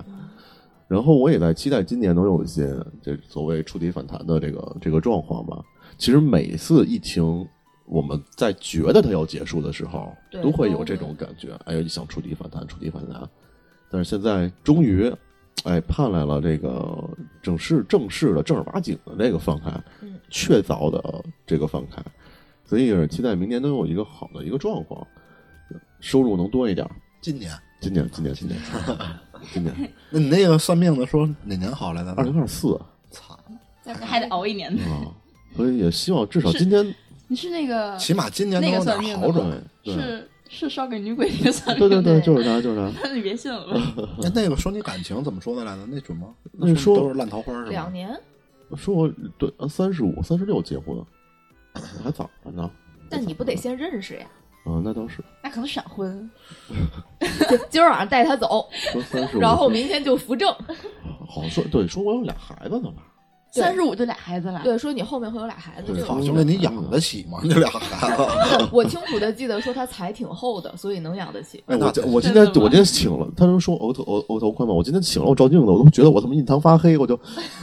[SPEAKER 2] 然后我也在期待今年能有一些这所谓触底反弹的这个这个状况吧。其实每次一听，我们在觉得它要结束的时候，
[SPEAKER 4] 对
[SPEAKER 2] 都会有这种感觉，哎呀，想触底反弹，触底反弹。但是现在终于，哎，盼来了这个正式正式的正儿八经的这个放开，
[SPEAKER 4] 嗯
[SPEAKER 2] 确凿的这个放开，所以也是期待明年能有一个好的一个状况，收入能多一点儿。
[SPEAKER 5] 今年，
[SPEAKER 2] 今年，今年，今 年，今年
[SPEAKER 5] 那你那个算命的说哪年好来的？
[SPEAKER 2] 二零二四啊，
[SPEAKER 5] 操，
[SPEAKER 6] 但是还得熬一年呢。
[SPEAKER 2] 所以也希望至少今天
[SPEAKER 6] 你是那个
[SPEAKER 5] 起码今年能
[SPEAKER 6] 那个
[SPEAKER 5] 有
[SPEAKER 6] 算
[SPEAKER 5] 点
[SPEAKER 6] 命
[SPEAKER 5] 好
[SPEAKER 6] 的吗
[SPEAKER 2] 转，对
[SPEAKER 5] 转。
[SPEAKER 6] 是是烧给女鬼 那个算
[SPEAKER 2] 对
[SPEAKER 6] 命
[SPEAKER 2] 对
[SPEAKER 6] 的，
[SPEAKER 2] 对，就是他，就是他。
[SPEAKER 6] 那你别信了吧。
[SPEAKER 5] 那那个说你感情怎么说的来着？那准吗？
[SPEAKER 2] 那说
[SPEAKER 5] 都是烂桃花是
[SPEAKER 4] 两
[SPEAKER 5] 吧？
[SPEAKER 4] 年，
[SPEAKER 2] 说我对三十五、三十六结婚，还早着呢。
[SPEAKER 4] 但你不得先认识呀？
[SPEAKER 2] 啊，那倒是
[SPEAKER 6] 那可能闪婚，
[SPEAKER 4] 今儿晚上带他走，
[SPEAKER 2] 说三十五，
[SPEAKER 4] 然后明天就扶正。
[SPEAKER 2] 好像说对，说我有俩孩子呢吧？
[SPEAKER 4] 对
[SPEAKER 6] 三十五就俩孩子了。
[SPEAKER 4] 对，说你后面会有俩孩子
[SPEAKER 2] 对
[SPEAKER 4] 这
[SPEAKER 5] 好
[SPEAKER 4] 种。
[SPEAKER 5] 兄弟，你养得起吗？这俩孩子，
[SPEAKER 4] 我清楚的记得说他财挺厚的，所以能养得起。
[SPEAKER 2] 哎，
[SPEAKER 5] 那
[SPEAKER 2] 我
[SPEAKER 5] 得
[SPEAKER 2] 今我今
[SPEAKER 6] 真
[SPEAKER 2] 天
[SPEAKER 6] 的
[SPEAKER 2] 我今
[SPEAKER 6] 吗
[SPEAKER 2] 天醒了，他说说额头额额头宽吧，我今天醒了，我照镜子，我都觉得我他妈印堂发黑，我就，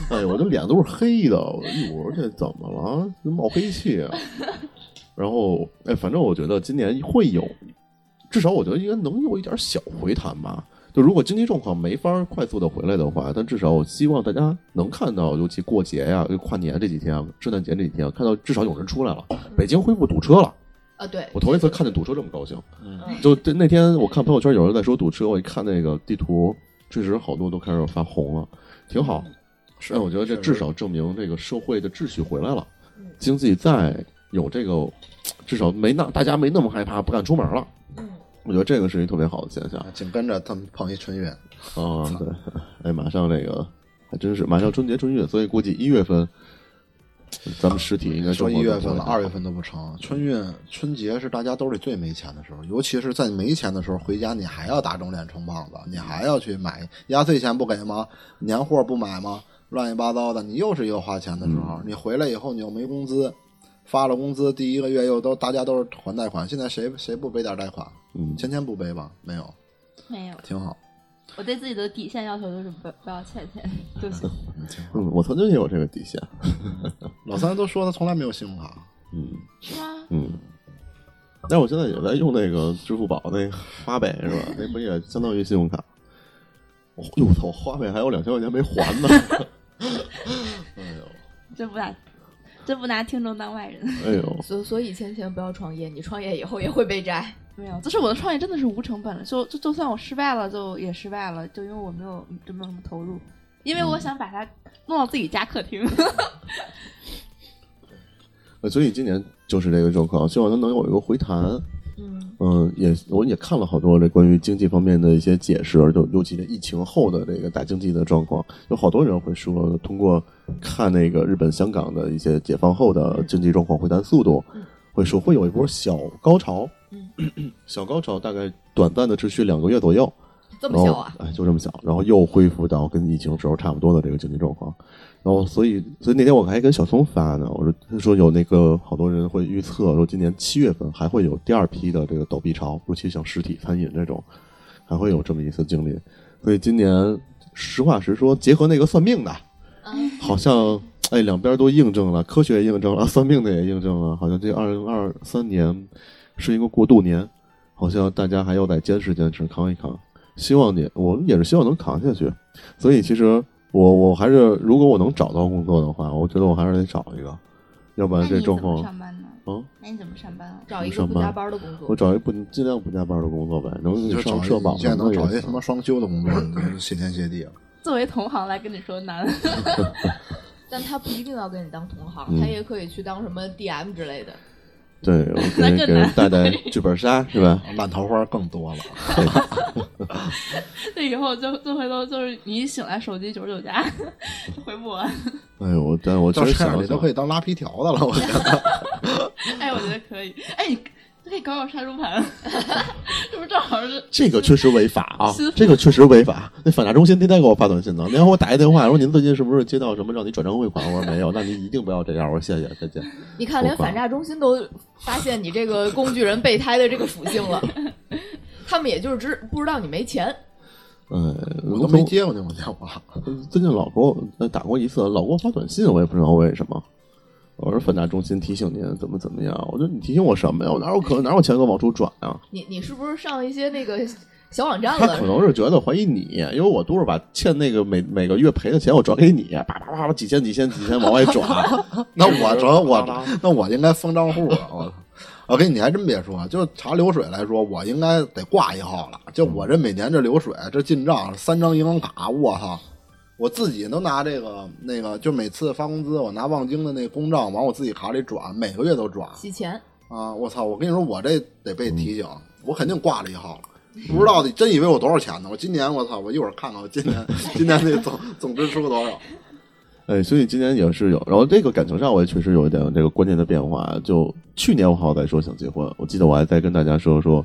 [SPEAKER 2] 哎，我这脸都是黑的，我一会儿这怎么了？这冒黑气啊！然后，哎，反正我觉得今年会有，至少我觉得应该能有一点小回弹吧。就如果经济状况没法儿快速的回来的话，但至少我希望大家能看到，尤其过节呀、跨年这几天、啊圣诞节这几天，看到至少有人出来了。北京恢复堵车了，
[SPEAKER 4] 啊，对，
[SPEAKER 2] 我头一次看见堵车这么高兴。
[SPEAKER 4] 嗯
[SPEAKER 2] 就对那天我看朋友圈有人在说堵车，我一看那个地图，确实好多都开始发红了，挺好。
[SPEAKER 5] 嗯是
[SPEAKER 2] 但我觉得这
[SPEAKER 5] 确实
[SPEAKER 2] 至少证明这个社会的秩序回来了
[SPEAKER 4] 嗯，
[SPEAKER 2] 经济在有这个，至少没那大家没那么害怕，不敢出门了。
[SPEAKER 4] 嗯，
[SPEAKER 2] 我觉得这个是一特别好的现象
[SPEAKER 5] 啊紧跟着他们碰一春运，
[SPEAKER 2] 啊！对，哎，马上这个还真是马上春节春运，所以估计一月份咱们实体应该
[SPEAKER 5] 说
[SPEAKER 2] 生
[SPEAKER 5] 一
[SPEAKER 2] 活
[SPEAKER 5] 月
[SPEAKER 2] 得
[SPEAKER 5] 份
[SPEAKER 2] 不
[SPEAKER 5] 了，
[SPEAKER 2] 会
[SPEAKER 5] 二月份都不成。春运、春节是大家兜里最没钱的时候，尤其是在没钱的时候，回家你还要打肿脸充胖子，你还要去买压岁钱不给吗？年货不买吗？乱七八糟的，你又是一个花钱的时候。你回来以后，你又没工资，发了工资第一个月又都大家都是还贷款，现在谁谁不背点贷款？
[SPEAKER 2] 嗯，
[SPEAKER 5] 芊芊不背吧？没有，
[SPEAKER 6] 没有，
[SPEAKER 5] 挺好，
[SPEAKER 6] 我对自己的底线要求就是不不要欠 钱就行。
[SPEAKER 5] 嗯挺好。
[SPEAKER 2] 嗯，我曾经也有这个底线，
[SPEAKER 5] 老三都说他从来没有信用卡，
[SPEAKER 2] 嗯。
[SPEAKER 6] 是吗？
[SPEAKER 2] 嗯，但我现在也在用那个支付宝那个花呗是 吧？那不也相当于信用卡？我哦哟我操，花呗还有两千块钱没还 呢！
[SPEAKER 6] 真不拿真不拿听众当外人。
[SPEAKER 2] 哎呦，
[SPEAKER 4] 所所以芊芊不要创业，你创业以后也会被摘。
[SPEAKER 6] 没有，就是我的创业真的是无成本的，就就就算我失败了，就也失败了，就因为我没有就没有什么投入，因为我想把它弄到自己家客厅。
[SPEAKER 2] 呃所以今年就是这个状况，希望它能有一个回弹。
[SPEAKER 4] 嗯，
[SPEAKER 2] 嗯，也我也看了好多这关于经济方面的一些解释，就尤其是疫情后的这个大经济的状况，有好多人会说，通过看那个日本、香港的一些解放后的经济状况回弹速度，会说会有一波小高潮， 小高潮大概短暂的持续两个月左右，
[SPEAKER 4] 这
[SPEAKER 2] 然
[SPEAKER 4] 么
[SPEAKER 2] 后
[SPEAKER 4] 小啊？
[SPEAKER 2] 哎，就这么小，然后又恢复到跟疫情时候差不多的这个经济状况。然后，所以，所以那天我还跟小松发呢，我说他说有那个好多人会预测说今年七月份还会有第二批的这个倒闭潮，尤其像实体餐饮这种，还会有这么一次经历。所以今年，实话实说，结合那个算命的，
[SPEAKER 4] 嗯
[SPEAKER 2] 好像哎两边都印证了，科学也印证了，算命的也印证了，好像这二零二三年是一个过渡年，好像大家还要再坚持坚持扛一扛。希望你，我们也是希望能扛下去。所以其实我我还是，如果我能找到工作的话，我觉得我还是得找一个，要不
[SPEAKER 6] 那
[SPEAKER 2] 然
[SPEAKER 6] 你
[SPEAKER 2] 这
[SPEAKER 6] 怎
[SPEAKER 2] 状
[SPEAKER 6] 么
[SPEAKER 2] 况
[SPEAKER 6] 上班呢？
[SPEAKER 2] 嗯，
[SPEAKER 6] 那你怎么上班啊？
[SPEAKER 4] 找一
[SPEAKER 2] 什
[SPEAKER 4] 个
[SPEAKER 2] 么
[SPEAKER 4] 不加班的工
[SPEAKER 2] 嗯我
[SPEAKER 4] 作，
[SPEAKER 2] 找一不尽量不加班的工作呗，能
[SPEAKER 5] 你就找
[SPEAKER 2] 上
[SPEAKER 5] 一
[SPEAKER 2] 社保
[SPEAKER 5] 你现在
[SPEAKER 2] 那
[SPEAKER 5] 能
[SPEAKER 2] 也
[SPEAKER 5] 找一
[SPEAKER 2] 行
[SPEAKER 5] 什么双休的工作，你就是谢天谢地了。
[SPEAKER 6] 作为同行来跟你说难，
[SPEAKER 4] 但他不一定要跟你当同行，
[SPEAKER 2] 嗯
[SPEAKER 4] 他也可以去当什么 DM 之类的。
[SPEAKER 2] 对，我给
[SPEAKER 6] 那
[SPEAKER 2] 人
[SPEAKER 6] 更
[SPEAKER 2] 给人
[SPEAKER 6] 难
[SPEAKER 2] 带带剧本杀是吧？
[SPEAKER 5] 烂桃花更多了。
[SPEAKER 6] 这以后就就回头就是你一醒来手机九十九加， 回不完。
[SPEAKER 2] 哎呦，我但我
[SPEAKER 5] 照
[SPEAKER 2] 确实
[SPEAKER 5] 这
[SPEAKER 2] 想
[SPEAKER 5] 样
[SPEAKER 2] 了
[SPEAKER 5] 你
[SPEAKER 2] 想
[SPEAKER 5] 都可以当拉皮条的了，我觉得。
[SPEAKER 6] 哎，我觉得可以。哎，你可以搞搞杀猪盘， 这不正好是
[SPEAKER 2] 这个确实违法啊
[SPEAKER 6] 私，
[SPEAKER 2] 这个确实违法。那反诈中心天天给我发短信呢，然后我打一电话说您最近是不是接到什么让你转账汇款？我说没 有，那您一定不要这样。我说谢谢，再见。
[SPEAKER 4] 你看，连反诈中心都发现你这个工具人备胎的这个属性了， 他们也就是知不知道你没钱。
[SPEAKER 2] 呃，
[SPEAKER 5] 我都没接过那种电话。
[SPEAKER 2] 最近老给我呃打过一次，老给我发短信，我也不知道为什么。我说反诈中心提醒您怎么怎么样，我说你提醒我什么呀？我哪有可能哪有钱给我往出转啊？
[SPEAKER 4] 你你是不是上一些那个小网站
[SPEAKER 2] 他可
[SPEAKER 4] 了？
[SPEAKER 2] 能是觉得怀疑你，因为我都是把欠那个每每个月赔的钱我转给你，叭叭叭叭几千几千几千往 外转。
[SPEAKER 5] 那我说我那我应该封账户啊！我操我跟你还真别说，就查流水来说，我应该得挂一号了。就我这每年这流水这进账三张银行卡，我操！我自己都拿这个那个，就每次发工资，我拿望京的那公账往我自己卡里转，每个月都转
[SPEAKER 4] 洗钱，
[SPEAKER 5] 啊！我操！我跟你说，我这得被提醒，我肯定挂了一号了。不知道的真以为我多少钱呢？我今年我操！我一会儿看看我今年今年那总总支出多少。
[SPEAKER 2] 哎，所以今年也是有，然后这个感情上我也确实有一点这个观念的变化。就去年我好像在说想结婚，我记得我还在跟大家说说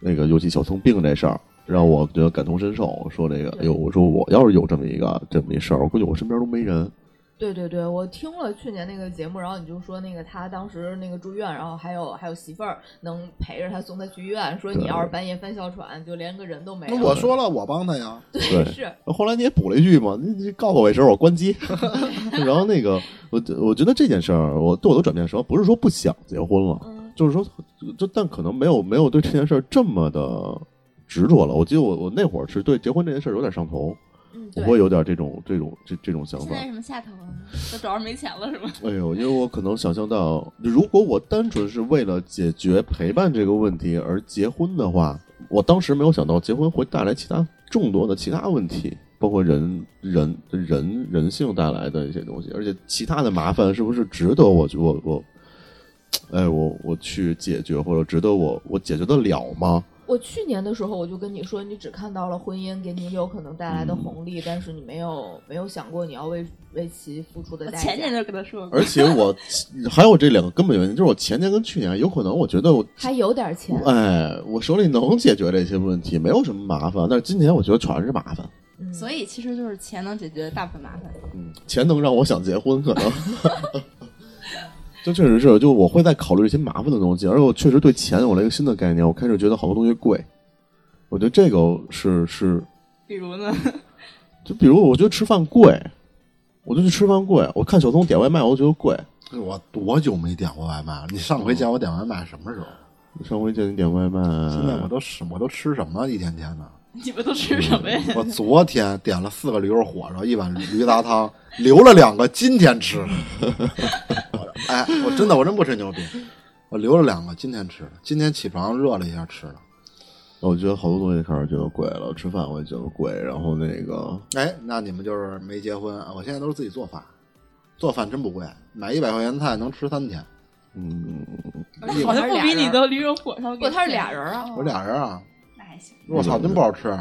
[SPEAKER 2] 那个，尤其小聪病这事儿，让我觉得感同身受。说这个，哎呦，我说我要是有这么一个这么一事儿，我估计我身边都没人。
[SPEAKER 4] 对对对，我听了去年那个节目，然后你就说那个他当时那个住院，然后还有还有媳妇儿能陪着他送他去医院，说你
[SPEAKER 2] 对
[SPEAKER 4] 要是半夜翻哮喘，就连个人都没
[SPEAKER 5] 那
[SPEAKER 4] 了。
[SPEAKER 5] 我说了，我帮他呀。
[SPEAKER 2] 对，
[SPEAKER 4] 是
[SPEAKER 2] 后来你也补了一句嘛，你你告诉我一声，我关机。然后那个，我我觉得这件事儿，我对我的转变时候，不是说不想结婚了，
[SPEAKER 4] 嗯
[SPEAKER 2] 就是说，就但可能没有没有对这件事儿这么的执着了。我记得我我那会儿是对结婚这件事儿有点上头，
[SPEAKER 4] 嗯，
[SPEAKER 2] 我
[SPEAKER 4] 对，
[SPEAKER 2] 会有点这种这种这这种想
[SPEAKER 6] 现
[SPEAKER 2] 法
[SPEAKER 6] 在。什么下头了？都找着没钱了是吗？
[SPEAKER 2] 哎呦，因为我可能想象到，如果我单纯是为了解决陪伴这个问题而结婚的话，我当时没有想到结婚会带来其他众多的其他问题，包括人人人人性带来的一些东西，而且其他的麻烦是不是值得我去我我，哎，我我去解决或者值得我我解决得了吗？
[SPEAKER 4] 我去年的时候我就跟你说，你只看到了婚姻给你有可能带来的红利，但是你没有没有想过你要为为其付出的
[SPEAKER 6] 我
[SPEAKER 4] 代价。
[SPEAKER 6] 哦 前年就跟他说过，
[SPEAKER 2] 而且我还有这两个根本原因，就是我前年跟去年有可能，我觉得我
[SPEAKER 4] 还有点钱，
[SPEAKER 2] 哎，我手里能解决这些问题，没有什么麻烦。但是今年我觉得全是麻烦，
[SPEAKER 4] 嗯
[SPEAKER 6] 所以其实就是钱能解决大部分麻烦。
[SPEAKER 2] 嗯，钱能让我想结婚，可能。 就确实是，就我会在考虑这些麻烦的东西，而且我确实对钱有了一个新的概念，我开始觉得好多东西贵。我觉得这个是是，
[SPEAKER 6] 比如呢，
[SPEAKER 2] 就比如我觉得吃饭贵，我就去吃饭贵。我看小东点外卖，我就觉得贵。
[SPEAKER 5] 我多久没点过外卖了？你上回见我点外卖什么时候？
[SPEAKER 2] 上回见你点外卖，啊
[SPEAKER 5] 现在我都吃，我都吃什么？一天天的。
[SPEAKER 6] 你们都吃什么呀？
[SPEAKER 5] 我昨天点了四个驴肉火烧，一碗驴杂汤，留了两个今天吃。我哎，我真的我真不吹牛逼，我留了两个今天吃的。今天起床热了一下吃的。
[SPEAKER 2] 我觉得好多东西开始觉得贵了。吃饭我也觉得贵，然后那个
[SPEAKER 5] 哎，那你们就是没结婚啊？我现在都是自己做饭，做饭真不贵，买一百块钱菜能吃三天。
[SPEAKER 2] 嗯，
[SPEAKER 6] 好像不比你的驴肉火烧。
[SPEAKER 4] 不，他是俩人儿啊，
[SPEAKER 5] 我俩人啊，
[SPEAKER 6] 哦那还行。
[SPEAKER 5] 我操，真不好吃。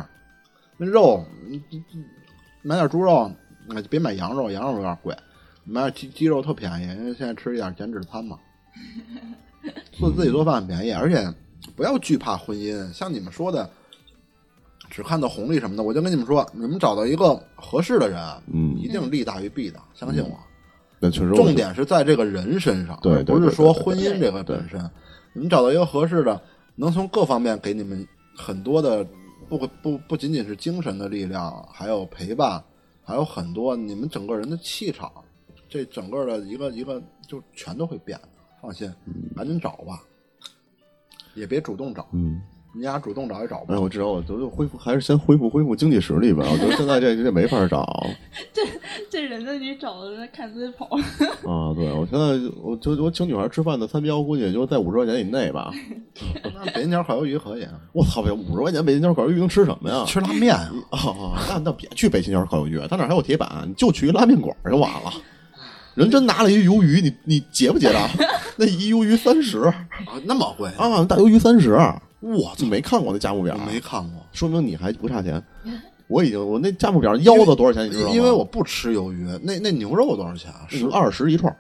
[SPEAKER 5] 那肉，嗯买点猪肉，哎别买羊肉，羊肉有点贵。买点鸡鸡肉特便宜，因为现在吃一点减脂餐 嘛。做自己做饭便宜，而且不要惧怕婚姻。像你们说的，只看到红利什么的，我就跟你们说，你们找到一个合适的人，
[SPEAKER 2] 嗯
[SPEAKER 5] 一定利大于弊的，相信我。
[SPEAKER 2] 那确实我
[SPEAKER 5] 重点是在这个人身上，
[SPEAKER 2] 对
[SPEAKER 5] 而
[SPEAKER 2] 对
[SPEAKER 5] 不是
[SPEAKER 2] 对
[SPEAKER 5] 说
[SPEAKER 2] 对对
[SPEAKER 5] 婚姻这个本身。你们找到一个合适的，能从各方面给你们很多的，不不不仅仅是精神的力量，还有陪伴，还有很多你们整个人的气场，这整个的一个一个就全都会变的。放心，赶紧找吧，也别主动找，
[SPEAKER 2] 嗯，
[SPEAKER 5] 你俩主动找也找不
[SPEAKER 2] 哎，
[SPEAKER 5] 着。
[SPEAKER 2] 我知道，我觉得恢复还是先恢复恢复经济实力吧。我觉得现在这这没法找
[SPEAKER 6] 这人家你找的人看自己跑，
[SPEAKER 2] 啊。对我现在我就我请女孩吃饭的餐标，估计也就在五十块钱以内吧。
[SPEAKER 5] 那北京条烤鱿鱼可以啊，
[SPEAKER 2] 我操，五十块钱北京桥烤鱿鱼能吃什么呀？
[SPEAKER 5] 吃拉面啊。
[SPEAKER 2] 哦，那那别去北京桥烤鱿鱼，啊他那儿还有铁板，你就去一拉面馆儿就完了。人真拿了一鱿鱼，你你结不结账？ 那一鱿鱼三十
[SPEAKER 5] 啊，那么贵？
[SPEAKER 2] 啊，大鱿鱼三十，我你没看过那价目表
[SPEAKER 5] 我
[SPEAKER 2] 啊？
[SPEAKER 5] 没看过。
[SPEAKER 2] 说明你还不差钱。我已经我那价目表腰子多少钱你知道吗？嗯
[SPEAKER 5] 因为我不吃鱿鱼，那那牛肉多少钱啊？十
[SPEAKER 2] 十二十一串儿，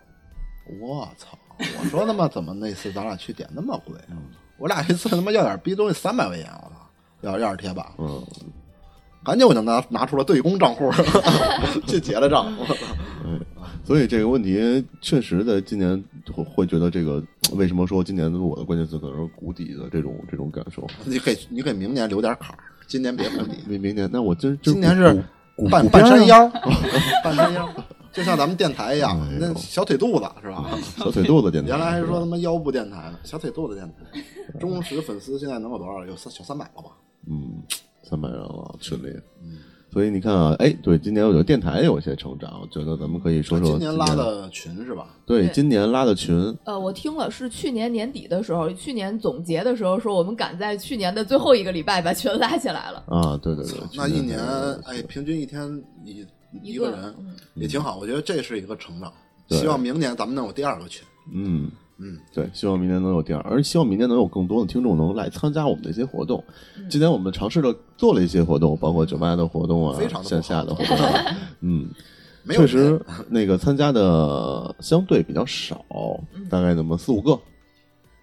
[SPEAKER 2] 嗯
[SPEAKER 5] 我操！我说他妈怎么那次咱俩去点那么贵啊？我俩一次他妈要点逼东西三百块钱，我操，要要点贴吧，
[SPEAKER 2] 嗯，
[SPEAKER 5] 赶紧我就拿拿出了对公账户， 去结了账。
[SPEAKER 2] 所以这个问题确实在今年会会觉得这个为什么说今年我的关键词可能是谷底的这种这种感受。
[SPEAKER 5] 你给你给明年留点坎儿，今年别谷底。
[SPEAKER 2] 明明年，那我真真
[SPEAKER 5] 今年
[SPEAKER 2] 谷
[SPEAKER 5] 是
[SPEAKER 2] 谷
[SPEAKER 5] 半
[SPEAKER 2] 谷边
[SPEAKER 5] 半
[SPEAKER 2] 儿
[SPEAKER 5] 山
[SPEAKER 2] 啊
[SPEAKER 5] 腰， 半山腰，就像咱们电台一样
[SPEAKER 2] 哎，呦
[SPEAKER 5] 那小腿肚子是吧？
[SPEAKER 2] 小腿肚子电台，
[SPEAKER 5] 原来还说他妈腰部电台呢，小腿肚子电台，忠实粉丝现在能有多少？有三小三百了吧？
[SPEAKER 2] 嗯，三百人了群里，
[SPEAKER 5] 嗯
[SPEAKER 2] 所以你看啊，哎，对，今年我觉得电台有一些成长，我觉得咱们可以说说
[SPEAKER 5] 啊今年拉的群是吧？
[SPEAKER 2] 对
[SPEAKER 4] 对
[SPEAKER 2] 今年拉的群，
[SPEAKER 4] 呃，我听了是去年年底的时候，去年总结的时候说，我们赶在去年的最后一个礼拜把群拉起来了。
[SPEAKER 2] 啊，对对对，
[SPEAKER 5] 那
[SPEAKER 2] 去
[SPEAKER 5] 一年
[SPEAKER 2] 拉的群
[SPEAKER 5] 哎，平均一天一
[SPEAKER 4] 一
[SPEAKER 5] 一
[SPEAKER 4] 个
[SPEAKER 5] 个人
[SPEAKER 4] 嗯
[SPEAKER 5] 也挺好，我觉得这是一个成长。
[SPEAKER 2] 对
[SPEAKER 5] 希望明年咱们能有第二个群。
[SPEAKER 2] 嗯。
[SPEAKER 5] 嗯，
[SPEAKER 2] 对，希望明年能有第二，而希望明年能有更多的听众能来参加我们的一些活动。
[SPEAKER 4] 嗯
[SPEAKER 2] 今年我们尝试了做了一些活动，包括酒吧的活动啊
[SPEAKER 5] 非常，地不
[SPEAKER 2] 线
[SPEAKER 5] 好
[SPEAKER 2] 下的活动啊，嗯，
[SPEAKER 5] 没有
[SPEAKER 2] 确
[SPEAKER 5] 人
[SPEAKER 2] 实那个参加的相对比较少，大概那么四五个，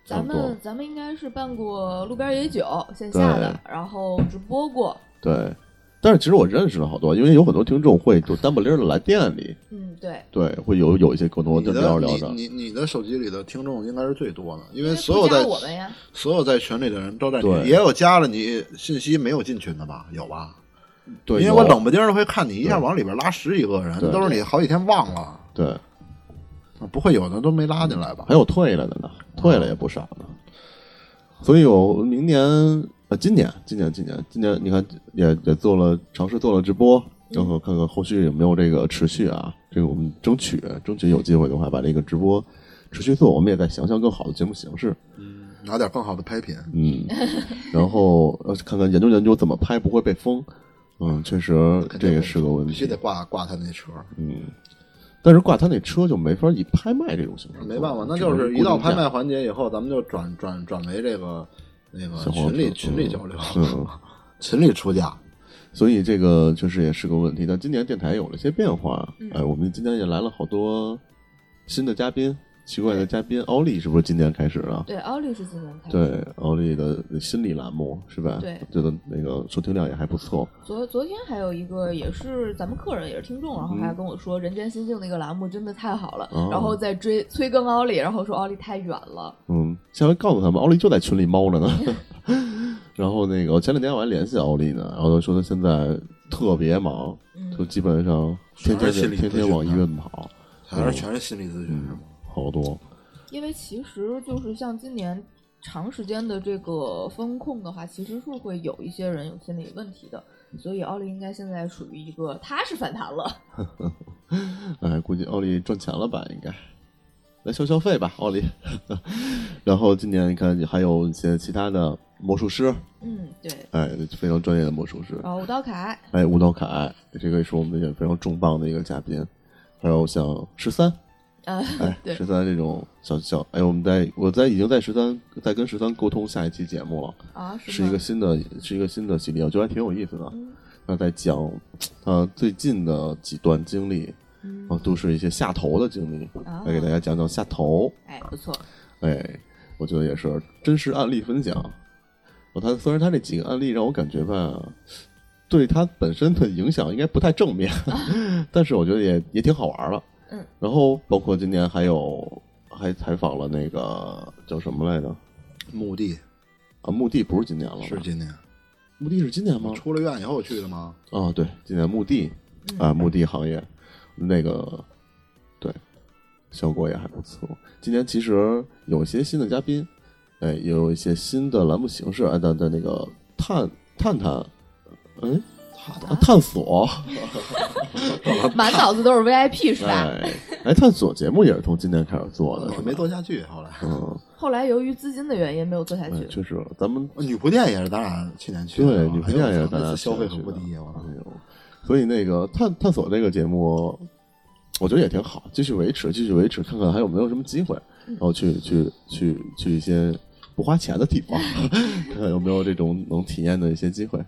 [SPEAKER 2] 差
[SPEAKER 4] 嗯咱
[SPEAKER 2] 不多
[SPEAKER 4] 们。咱们应该是办过路边野酒线下的，然后直播过，
[SPEAKER 2] 对，但是其实我认识了好多，因为有很多听众会就单不溜的来店里，
[SPEAKER 4] 嗯，对，
[SPEAKER 2] 对，会有有一些更多
[SPEAKER 5] 你
[SPEAKER 2] 就
[SPEAKER 5] 的
[SPEAKER 2] 聊着聊着，
[SPEAKER 5] 你你你的手机里的听众应该是最多的，因
[SPEAKER 4] 因
[SPEAKER 5] 为
[SPEAKER 4] 为
[SPEAKER 5] 所有
[SPEAKER 4] 不加
[SPEAKER 5] 在
[SPEAKER 4] 我们呀，
[SPEAKER 5] 所有在群里的人都在你
[SPEAKER 2] 对，
[SPEAKER 5] 也有加了你信息没有进群的吧？有吧？
[SPEAKER 2] 对，
[SPEAKER 5] 因为
[SPEAKER 2] 有啊
[SPEAKER 5] 我冷不丁儿会看你一下
[SPEAKER 2] 对
[SPEAKER 5] 往里边拉十几个人
[SPEAKER 2] 对，
[SPEAKER 5] 都是你好几天忘了，
[SPEAKER 2] 对，
[SPEAKER 5] 不会有的都没拉进来吧
[SPEAKER 2] 还？有退了的呢，退了也不少呢，所以我明年呃，今年今年今年今年，你看也也做了尝试做了直播。然后看看后续有没有这个持续啊，这个我们争取争取有机会的话，把这个直播持续做，我们也在想想更好的节目形式。
[SPEAKER 5] 拿点更好的拍品，
[SPEAKER 2] 嗯，然后呃，看看研究研究怎么拍不会被封。嗯，确实这也是个问
[SPEAKER 5] 必须
[SPEAKER 2] 题
[SPEAKER 5] 得。挂挂他那车。
[SPEAKER 2] 嗯，但是挂他那车就没法以拍卖这种形式做，
[SPEAKER 5] 没办法，那
[SPEAKER 2] 只
[SPEAKER 5] 就
[SPEAKER 2] 能
[SPEAKER 5] 是
[SPEAKER 2] 固
[SPEAKER 5] 一到
[SPEAKER 2] 定价
[SPEAKER 5] 拍卖环节以后，咱们就转转转为这个那个
[SPEAKER 2] 小黄
[SPEAKER 5] 群里
[SPEAKER 2] 车
[SPEAKER 5] 群里交流，
[SPEAKER 2] 嗯嗯
[SPEAKER 5] 群里出价。
[SPEAKER 2] 所以这个确实也是个问题。但今年电台有了一些变化，哎，我们今年也来了好多新的嘉宾，奇怪的嘉宾，奥利是不是今年开始了？
[SPEAKER 4] 对，奥利是今年开始，
[SPEAKER 2] 对，奥利的心理栏目是吧？
[SPEAKER 4] 对
[SPEAKER 2] 觉得那个收听量也还不错。
[SPEAKER 4] 昨昨天还有一个也是咱们客人也是听众，然后还跟我说《人间心境》那个栏目真的太好了，
[SPEAKER 2] 嗯哦
[SPEAKER 4] 然后再追催更奥利，然后说奥利太远了，
[SPEAKER 2] 嗯，下回告诉他们，奥利就在群里猫着呢。然后那个我前两天我还联系奥利呢，然后他说他现在特别忙，
[SPEAKER 4] 嗯
[SPEAKER 2] 就基本上天天
[SPEAKER 5] 全是心理
[SPEAKER 2] 天天
[SPEAKER 5] 咨询
[SPEAKER 2] 往医院跑，嗯
[SPEAKER 5] 还是全是心理咨询是吗？
[SPEAKER 2] 好多。
[SPEAKER 4] 因为其实就是像今年长时间的这个风控的话，其实是会有一些人有心理问题的，所以奥利应该现在属于一个踏实反弹了。
[SPEAKER 2] 哎，估计奥利赚钱了吧？应该来消消费吧，奥利。 然后今年你看还有一些其他的魔术师，
[SPEAKER 4] 嗯，对。
[SPEAKER 2] 哎，非常专业的魔术师，
[SPEAKER 4] 然后吴道凯，
[SPEAKER 2] 哎，吴道凯，这个也是我们也非常重磅的一个嘉宾。还有像十三，
[SPEAKER 4] 呃，
[SPEAKER 2] 哎，
[SPEAKER 4] 对
[SPEAKER 2] 十三这种小小，哎，我们在我在已经在十三在跟十三沟通下一期节目了，
[SPEAKER 4] 啊，
[SPEAKER 2] 是
[SPEAKER 4] 吗
[SPEAKER 2] 一个新的是一个新的系列，我觉得还挺有意思的
[SPEAKER 4] 嗯。
[SPEAKER 2] 那在讲呃最近的几段经历，
[SPEAKER 4] 嗯
[SPEAKER 2] 啊，都是一些下头的经历，
[SPEAKER 4] 啊
[SPEAKER 2] 来给大家讲讲下头。
[SPEAKER 4] 哎，不错，
[SPEAKER 2] 哎，我觉得也是真实案例分享。我他虽然他这几个案例让我感觉吧，对他本身的影响应该不太正面， 但是我觉得也也挺好玩了。
[SPEAKER 4] 啊嗯，
[SPEAKER 2] 然后包括今年还有还采访了那个叫什么来着？
[SPEAKER 5] 墓地
[SPEAKER 2] 啊，墓地不是今年了吧，
[SPEAKER 5] 是今年
[SPEAKER 2] 墓地是今年吗？
[SPEAKER 5] 出了院以后去的吗？
[SPEAKER 2] 啊，对，今年墓地
[SPEAKER 4] 嗯
[SPEAKER 2] 啊，墓地行业那个对效果也还不错。今年其实有一些新的嘉宾，哎，也有一些新的栏目形式。哎，在在那个探探探，嗯，啊探索，
[SPEAKER 4] 满脑子都是 VIP 是吧？哦
[SPEAKER 2] 哎哎，探索节目也是从今年开始做的，
[SPEAKER 5] 我
[SPEAKER 2] 是吧
[SPEAKER 5] 没做下去，后来
[SPEAKER 2] 嗯，
[SPEAKER 4] 后来由于资金的原因没有做下
[SPEAKER 2] 哎
[SPEAKER 4] 去，
[SPEAKER 2] 确实，咱们
[SPEAKER 5] 女仆店也是咱俩去年去的，哎
[SPEAKER 2] 对女仆店也是咱
[SPEAKER 5] 咱
[SPEAKER 2] 俩
[SPEAKER 5] 俩消费可
[SPEAKER 2] 去
[SPEAKER 5] 不
[SPEAKER 2] 的
[SPEAKER 5] 低，我操
[SPEAKER 2] 哎！呦，所以那个探探索这个节目，我觉得也挺好，继续维持，继续维持，看看还有没有什么机会，然后去去去去一些不花钱的地方， 看看有没有这种能体验的一些机会。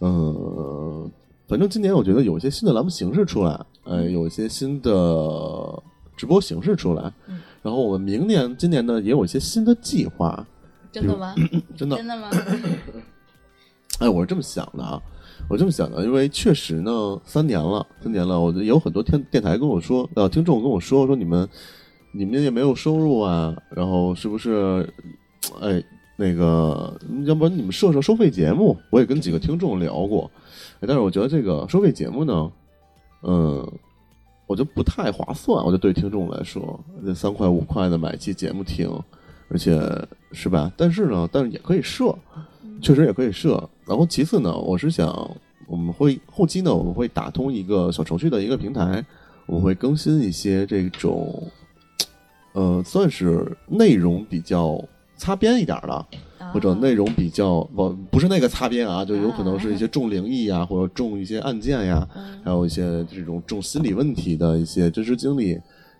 [SPEAKER 2] 嗯，反正今年我觉得有一些新的栏目形式出来，呃，有一些新的直播形式出来，然后我们明年今年呢也有一些新的计划。
[SPEAKER 4] 真的吗？
[SPEAKER 2] 真的
[SPEAKER 6] 真的吗？
[SPEAKER 2] 哎，我是这么想的啊，我这么想的，因为确实呢，三年了，三年了，我觉得有很多天电台跟我说，呃，听众跟我说，说你们你们也没有收入啊，然后是不是，哎，那个，要不然你们设设收费节目？我也跟几个听众聊过，哎但是我觉得这个收费节目呢，嗯。我觉得不太划算，我觉得对听众来说，那三块五块的买一期节目听，而且是吧？但是呢，但是也可以设，确实也可以设。然后其次呢，我是想我们会后期呢，我们会打通一个小程序的一个平台，我会更新一些这种，呃，算是内容比较擦边一点儿的，
[SPEAKER 4] 啊
[SPEAKER 2] 或者内容比较不不是那个擦边啊，就有可能是一些重灵异啊，或者重一些案件呀、还有一些这种重心理问题的一些真实经历，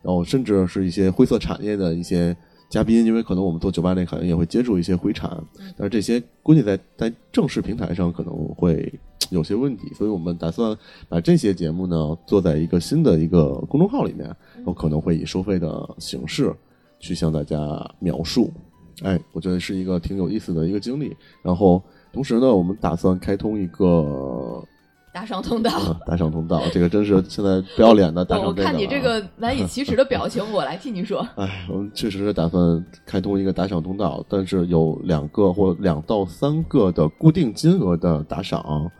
[SPEAKER 2] 然后甚至是一些灰色产业的一些嘉宾，因为可能我们做酒吧这个行业也会接触一些灰产，但是这些估计在在正式平台上可能会有些问题，所以我们打算把这些节目呢做在一个新的一个公众号里面，我可能会以收费的形式去向大家描述。哎，我觉得是一个挺有意思的一个经历。然后同时呢，我们打算开通一个
[SPEAKER 4] 打赏通道。
[SPEAKER 2] 啊，打赏通道，这个真是现在不要脸的打
[SPEAKER 4] 我
[SPEAKER 2] 赏、
[SPEAKER 4] 哦我看你
[SPEAKER 2] 这
[SPEAKER 4] 这
[SPEAKER 2] 了啊，
[SPEAKER 4] 个难以启齿的表情，我来替你说。
[SPEAKER 2] 哎，我们确实是打算开通一个打赏通道，但是有两个或两到三个的固定金额的打赏。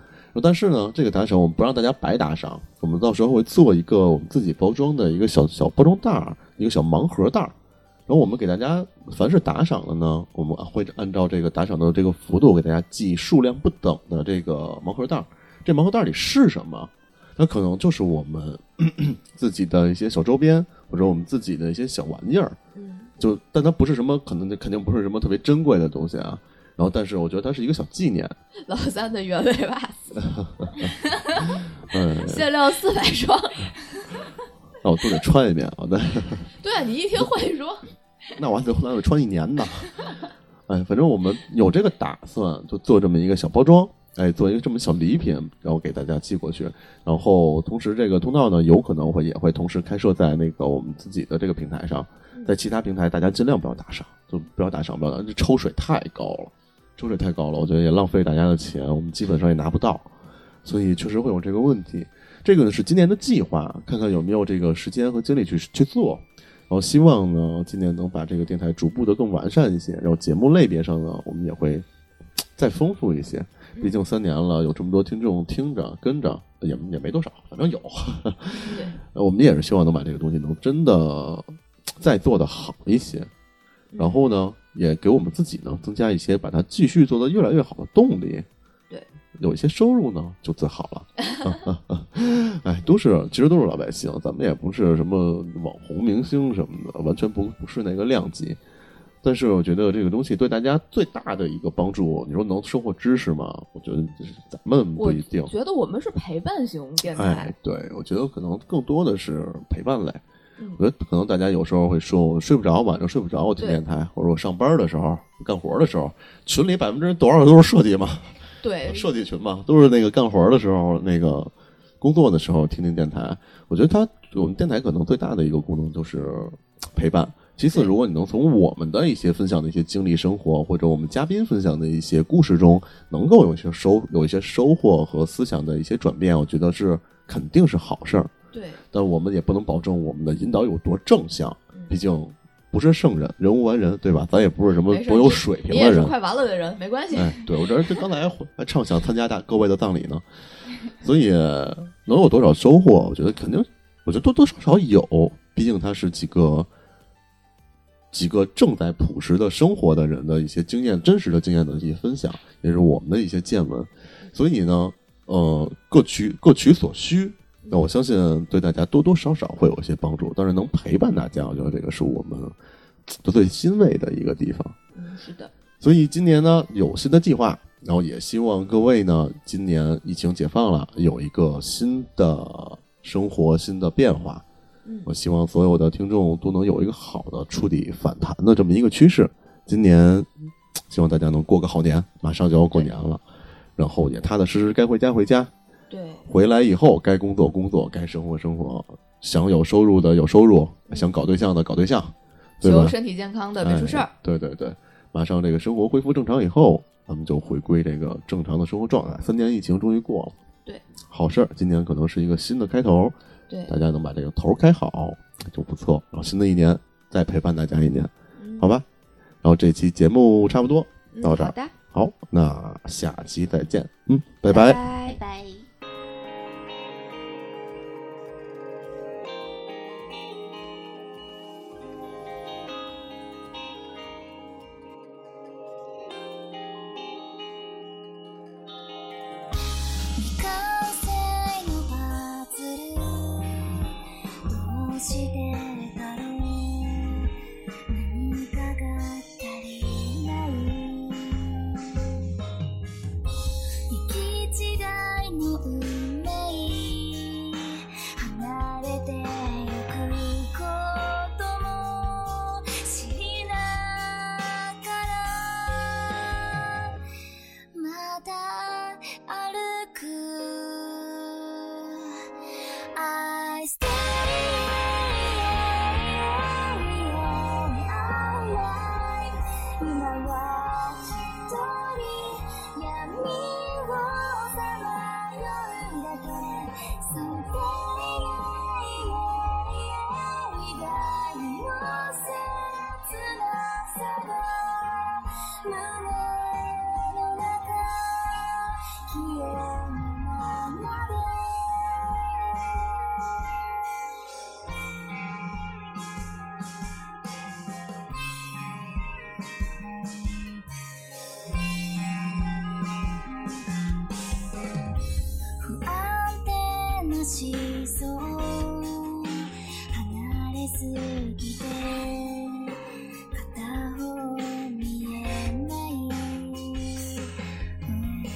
[SPEAKER 2] 但是呢，这个打赏我们不让大家白打赏，我们到时候会做一个我们自己包装的一个小小包装袋儿，一个小盲盒袋儿。然后我们给大家，凡是打赏的呢，我们会按照这个打赏的这个幅度给大家寄数量不等的这个盲盒袋儿。这盲盒袋儿里是什么？那可能就是我们 自己的一些小周边，或者我们自己的一些小玩意儿。就但它不是什么，可能肯定不是什么特别珍贵的东西啊。然后，但是我觉得它是一个小纪念。
[SPEAKER 4] 老三的原味袜子，
[SPEAKER 2] 嗯，
[SPEAKER 4] 限量四百双。
[SPEAKER 2] 那我都得穿一遍啊。对，
[SPEAKER 4] 对你一听会说，
[SPEAKER 2] 那我还得后来我穿一年呢。哎，反正我们有这个打算，就做这么一个小包装，哎，做一个这么小礼品，然后给大家寄过去。然后同时这个通道呢，有可能会也会同时开设在那个我们自己的这个平台上，在其他平台大家尽量不要打赏，就不要打赏，不要打赏，这抽水太高了，抽水太高了，我觉得也浪费大家的钱，我们基本上也拿不到，所以确实会有这个问题。这个呢是今年的计划，看看有没有这个时间和精力去去做。然后希望呢，今年能把这个电台逐步的更完善一些，然后节目类别上呢，我们也会再丰富一些。毕竟三年了，有这么多听众听着跟着，也也没多少，反正有。呃我们也是希望能把这个东西能真的再做得好一些，
[SPEAKER 4] 嗯
[SPEAKER 2] 然后呢，也给我们自己呢增加一些把它继续做得越来越好的动力。
[SPEAKER 4] 对，
[SPEAKER 2] 有一些收入呢就最好了。 哎，都是其实都是老百姓，咱们也不是什么网红明星什么的，完全不不是那个量级。但是我觉得这个东西对大家最大的一个帮助，你说能收获知识吗？我觉得就是咱们不
[SPEAKER 4] 我
[SPEAKER 2] 一定。
[SPEAKER 4] 觉得我们是陪伴型电
[SPEAKER 2] 哎
[SPEAKER 4] 台，，
[SPEAKER 2] 对，我觉得可能更多的是陪伴类。
[SPEAKER 4] 嗯
[SPEAKER 2] 我觉得可能大家有时候会说，我睡不着，晚上睡不着，我听
[SPEAKER 4] 对
[SPEAKER 2] 电台，或者我上班的时候、干活的时候，群里百分之多少都是设计嘛，
[SPEAKER 4] 对，
[SPEAKER 2] 呃设计群嘛，都是那个干活的时候，那个工作的时候听听电台。我觉得它我们电台可能最大的一个功能就是陪伴。其次，如果你能从我们的一些分享的一些经历、生活，或者我们嘉宾分享的一些故事中，能够有一些收有一些收获和思想的一些转变，我觉得是肯定是好事儿。
[SPEAKER 4] 对，
[SPEAKER 2] 但我们也不能保证我们的引导有多正向
[SPEAKER 4] 嗯，
[SPEAKER 2] 毕竟不是圣人，人无完人，对吧？咱也不是什么
[SPEAKER 4] 没事
[SPEAKER 2] 多有
[SPEAKER 4] 你
[SPEAKER 2] 水平
[SPEAKER 4] 你
[SPEAKER 2] 的
[SPEAKER 4] 也是
[SPEAKER 2] 人，
[SPEAKER 4] 快完了的人，没关系。
[SPEAKER 2] 哎，对我这这刚才还还畅想参加大各位的葬礼呢，所以能有多少收获？我觉得肯定，我觉得多多少少有，毕竟它是几个几个正在朴实的生活的人的一些经验、真实的经验的一些分享，也是我们的一些见闻。所以呢，呃，各取各取所需。那我相信对大家多多少少会有一些帮助，但是能陪伴大家，我觉得这个是我们呃最欣慰的一个地方。
[SPEAKER 4] 嗯，是的，
[SPEAKER 2] 所以今年呢有新的计划，然后也希望各位呢，今年疫情解放了，有一个新的生活、新的变化。
[SPEAKER 4] 嗯
[SPEAKER 2] 我希望所有的听众都能有一个好的触底反弹的这么一个趋势。今年希望大家能过个好年，马上就要过年了，然后也踏踏实实该回家回家，
[SPEAKER 4] 对，
[SPEAKER 2] 回来以后该工作工作，该生活生活，想有收入的有收入，想搞对象的搞对象，对吧
[SPEAKER 4] 求？身体健康的没出事儿。
[SPEAKER 2] 哎哎对对对，马上这个生活恢复正常以后，咱们就回归这个正常的生活状态。三年疫情终于过了，
[SPEAKER 4] 对，
[SPEAKER 2] 好事儿，今年可能是一个新的开头，
[SPEAKER 4] 对，
[SPEAKER 2] 大家能把这个头儿开好就不错。然后新的一年再陪伴大家一年，
[SPEAKER 4] 嗯
[SPEAKER 2] 好吧？然后这期节目差不多
[SPEAKER 4] 嗯
[SPEAKER 2] 到这
[SPEAKER 4] 好
[SPEAKER 2] 儿，
[SPEAKER 4] 的，
[SPEAKER 2] 好，那下期再见，嗯，拜拜
[SPEAKER 4] 拜拜
[SPEAKER 6] 拜拜。
[SPEAKER 7] 未完成のパズルどうしてだろう何かが足りない行き違いの運命離れてゆくことも知らなからまた歩く I stay alive 今は一人闇をさまようんだけ So stay alive がの切なさが胸の中消えないままで不安定な思想離れすぎて片方見えない、うん目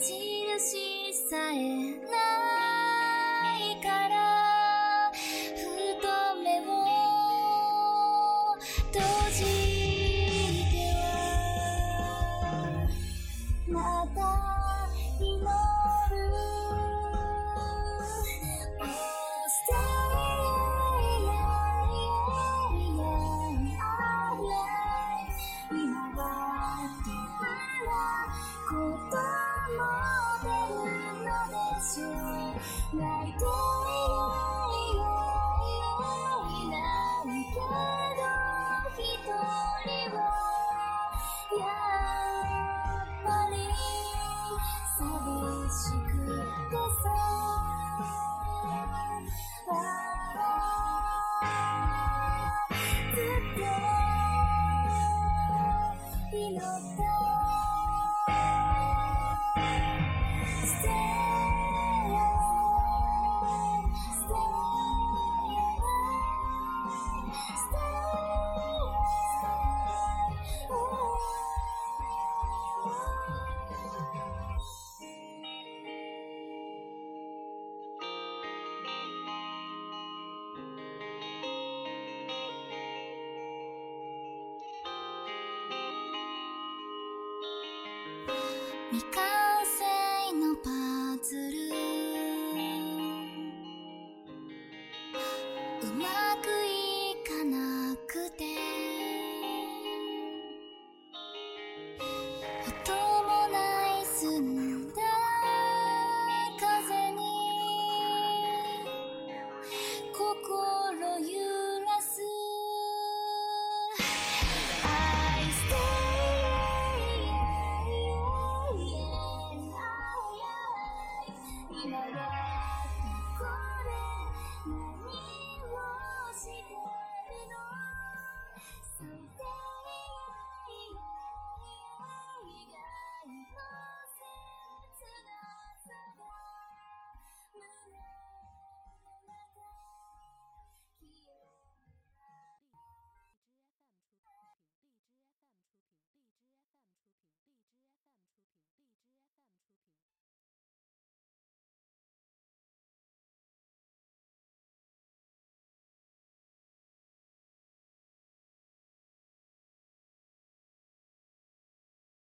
[SPEAKER 7] 印さえないからふと目を閉じてはまた祈る Oh, stay alive 今はどんなことも出るのでしょう Like day ないけど一人はやっぱり寂しくてさああずっと祈った「Stay alive, stay alive, stay alive, oh."「未完成のパズル」「生ま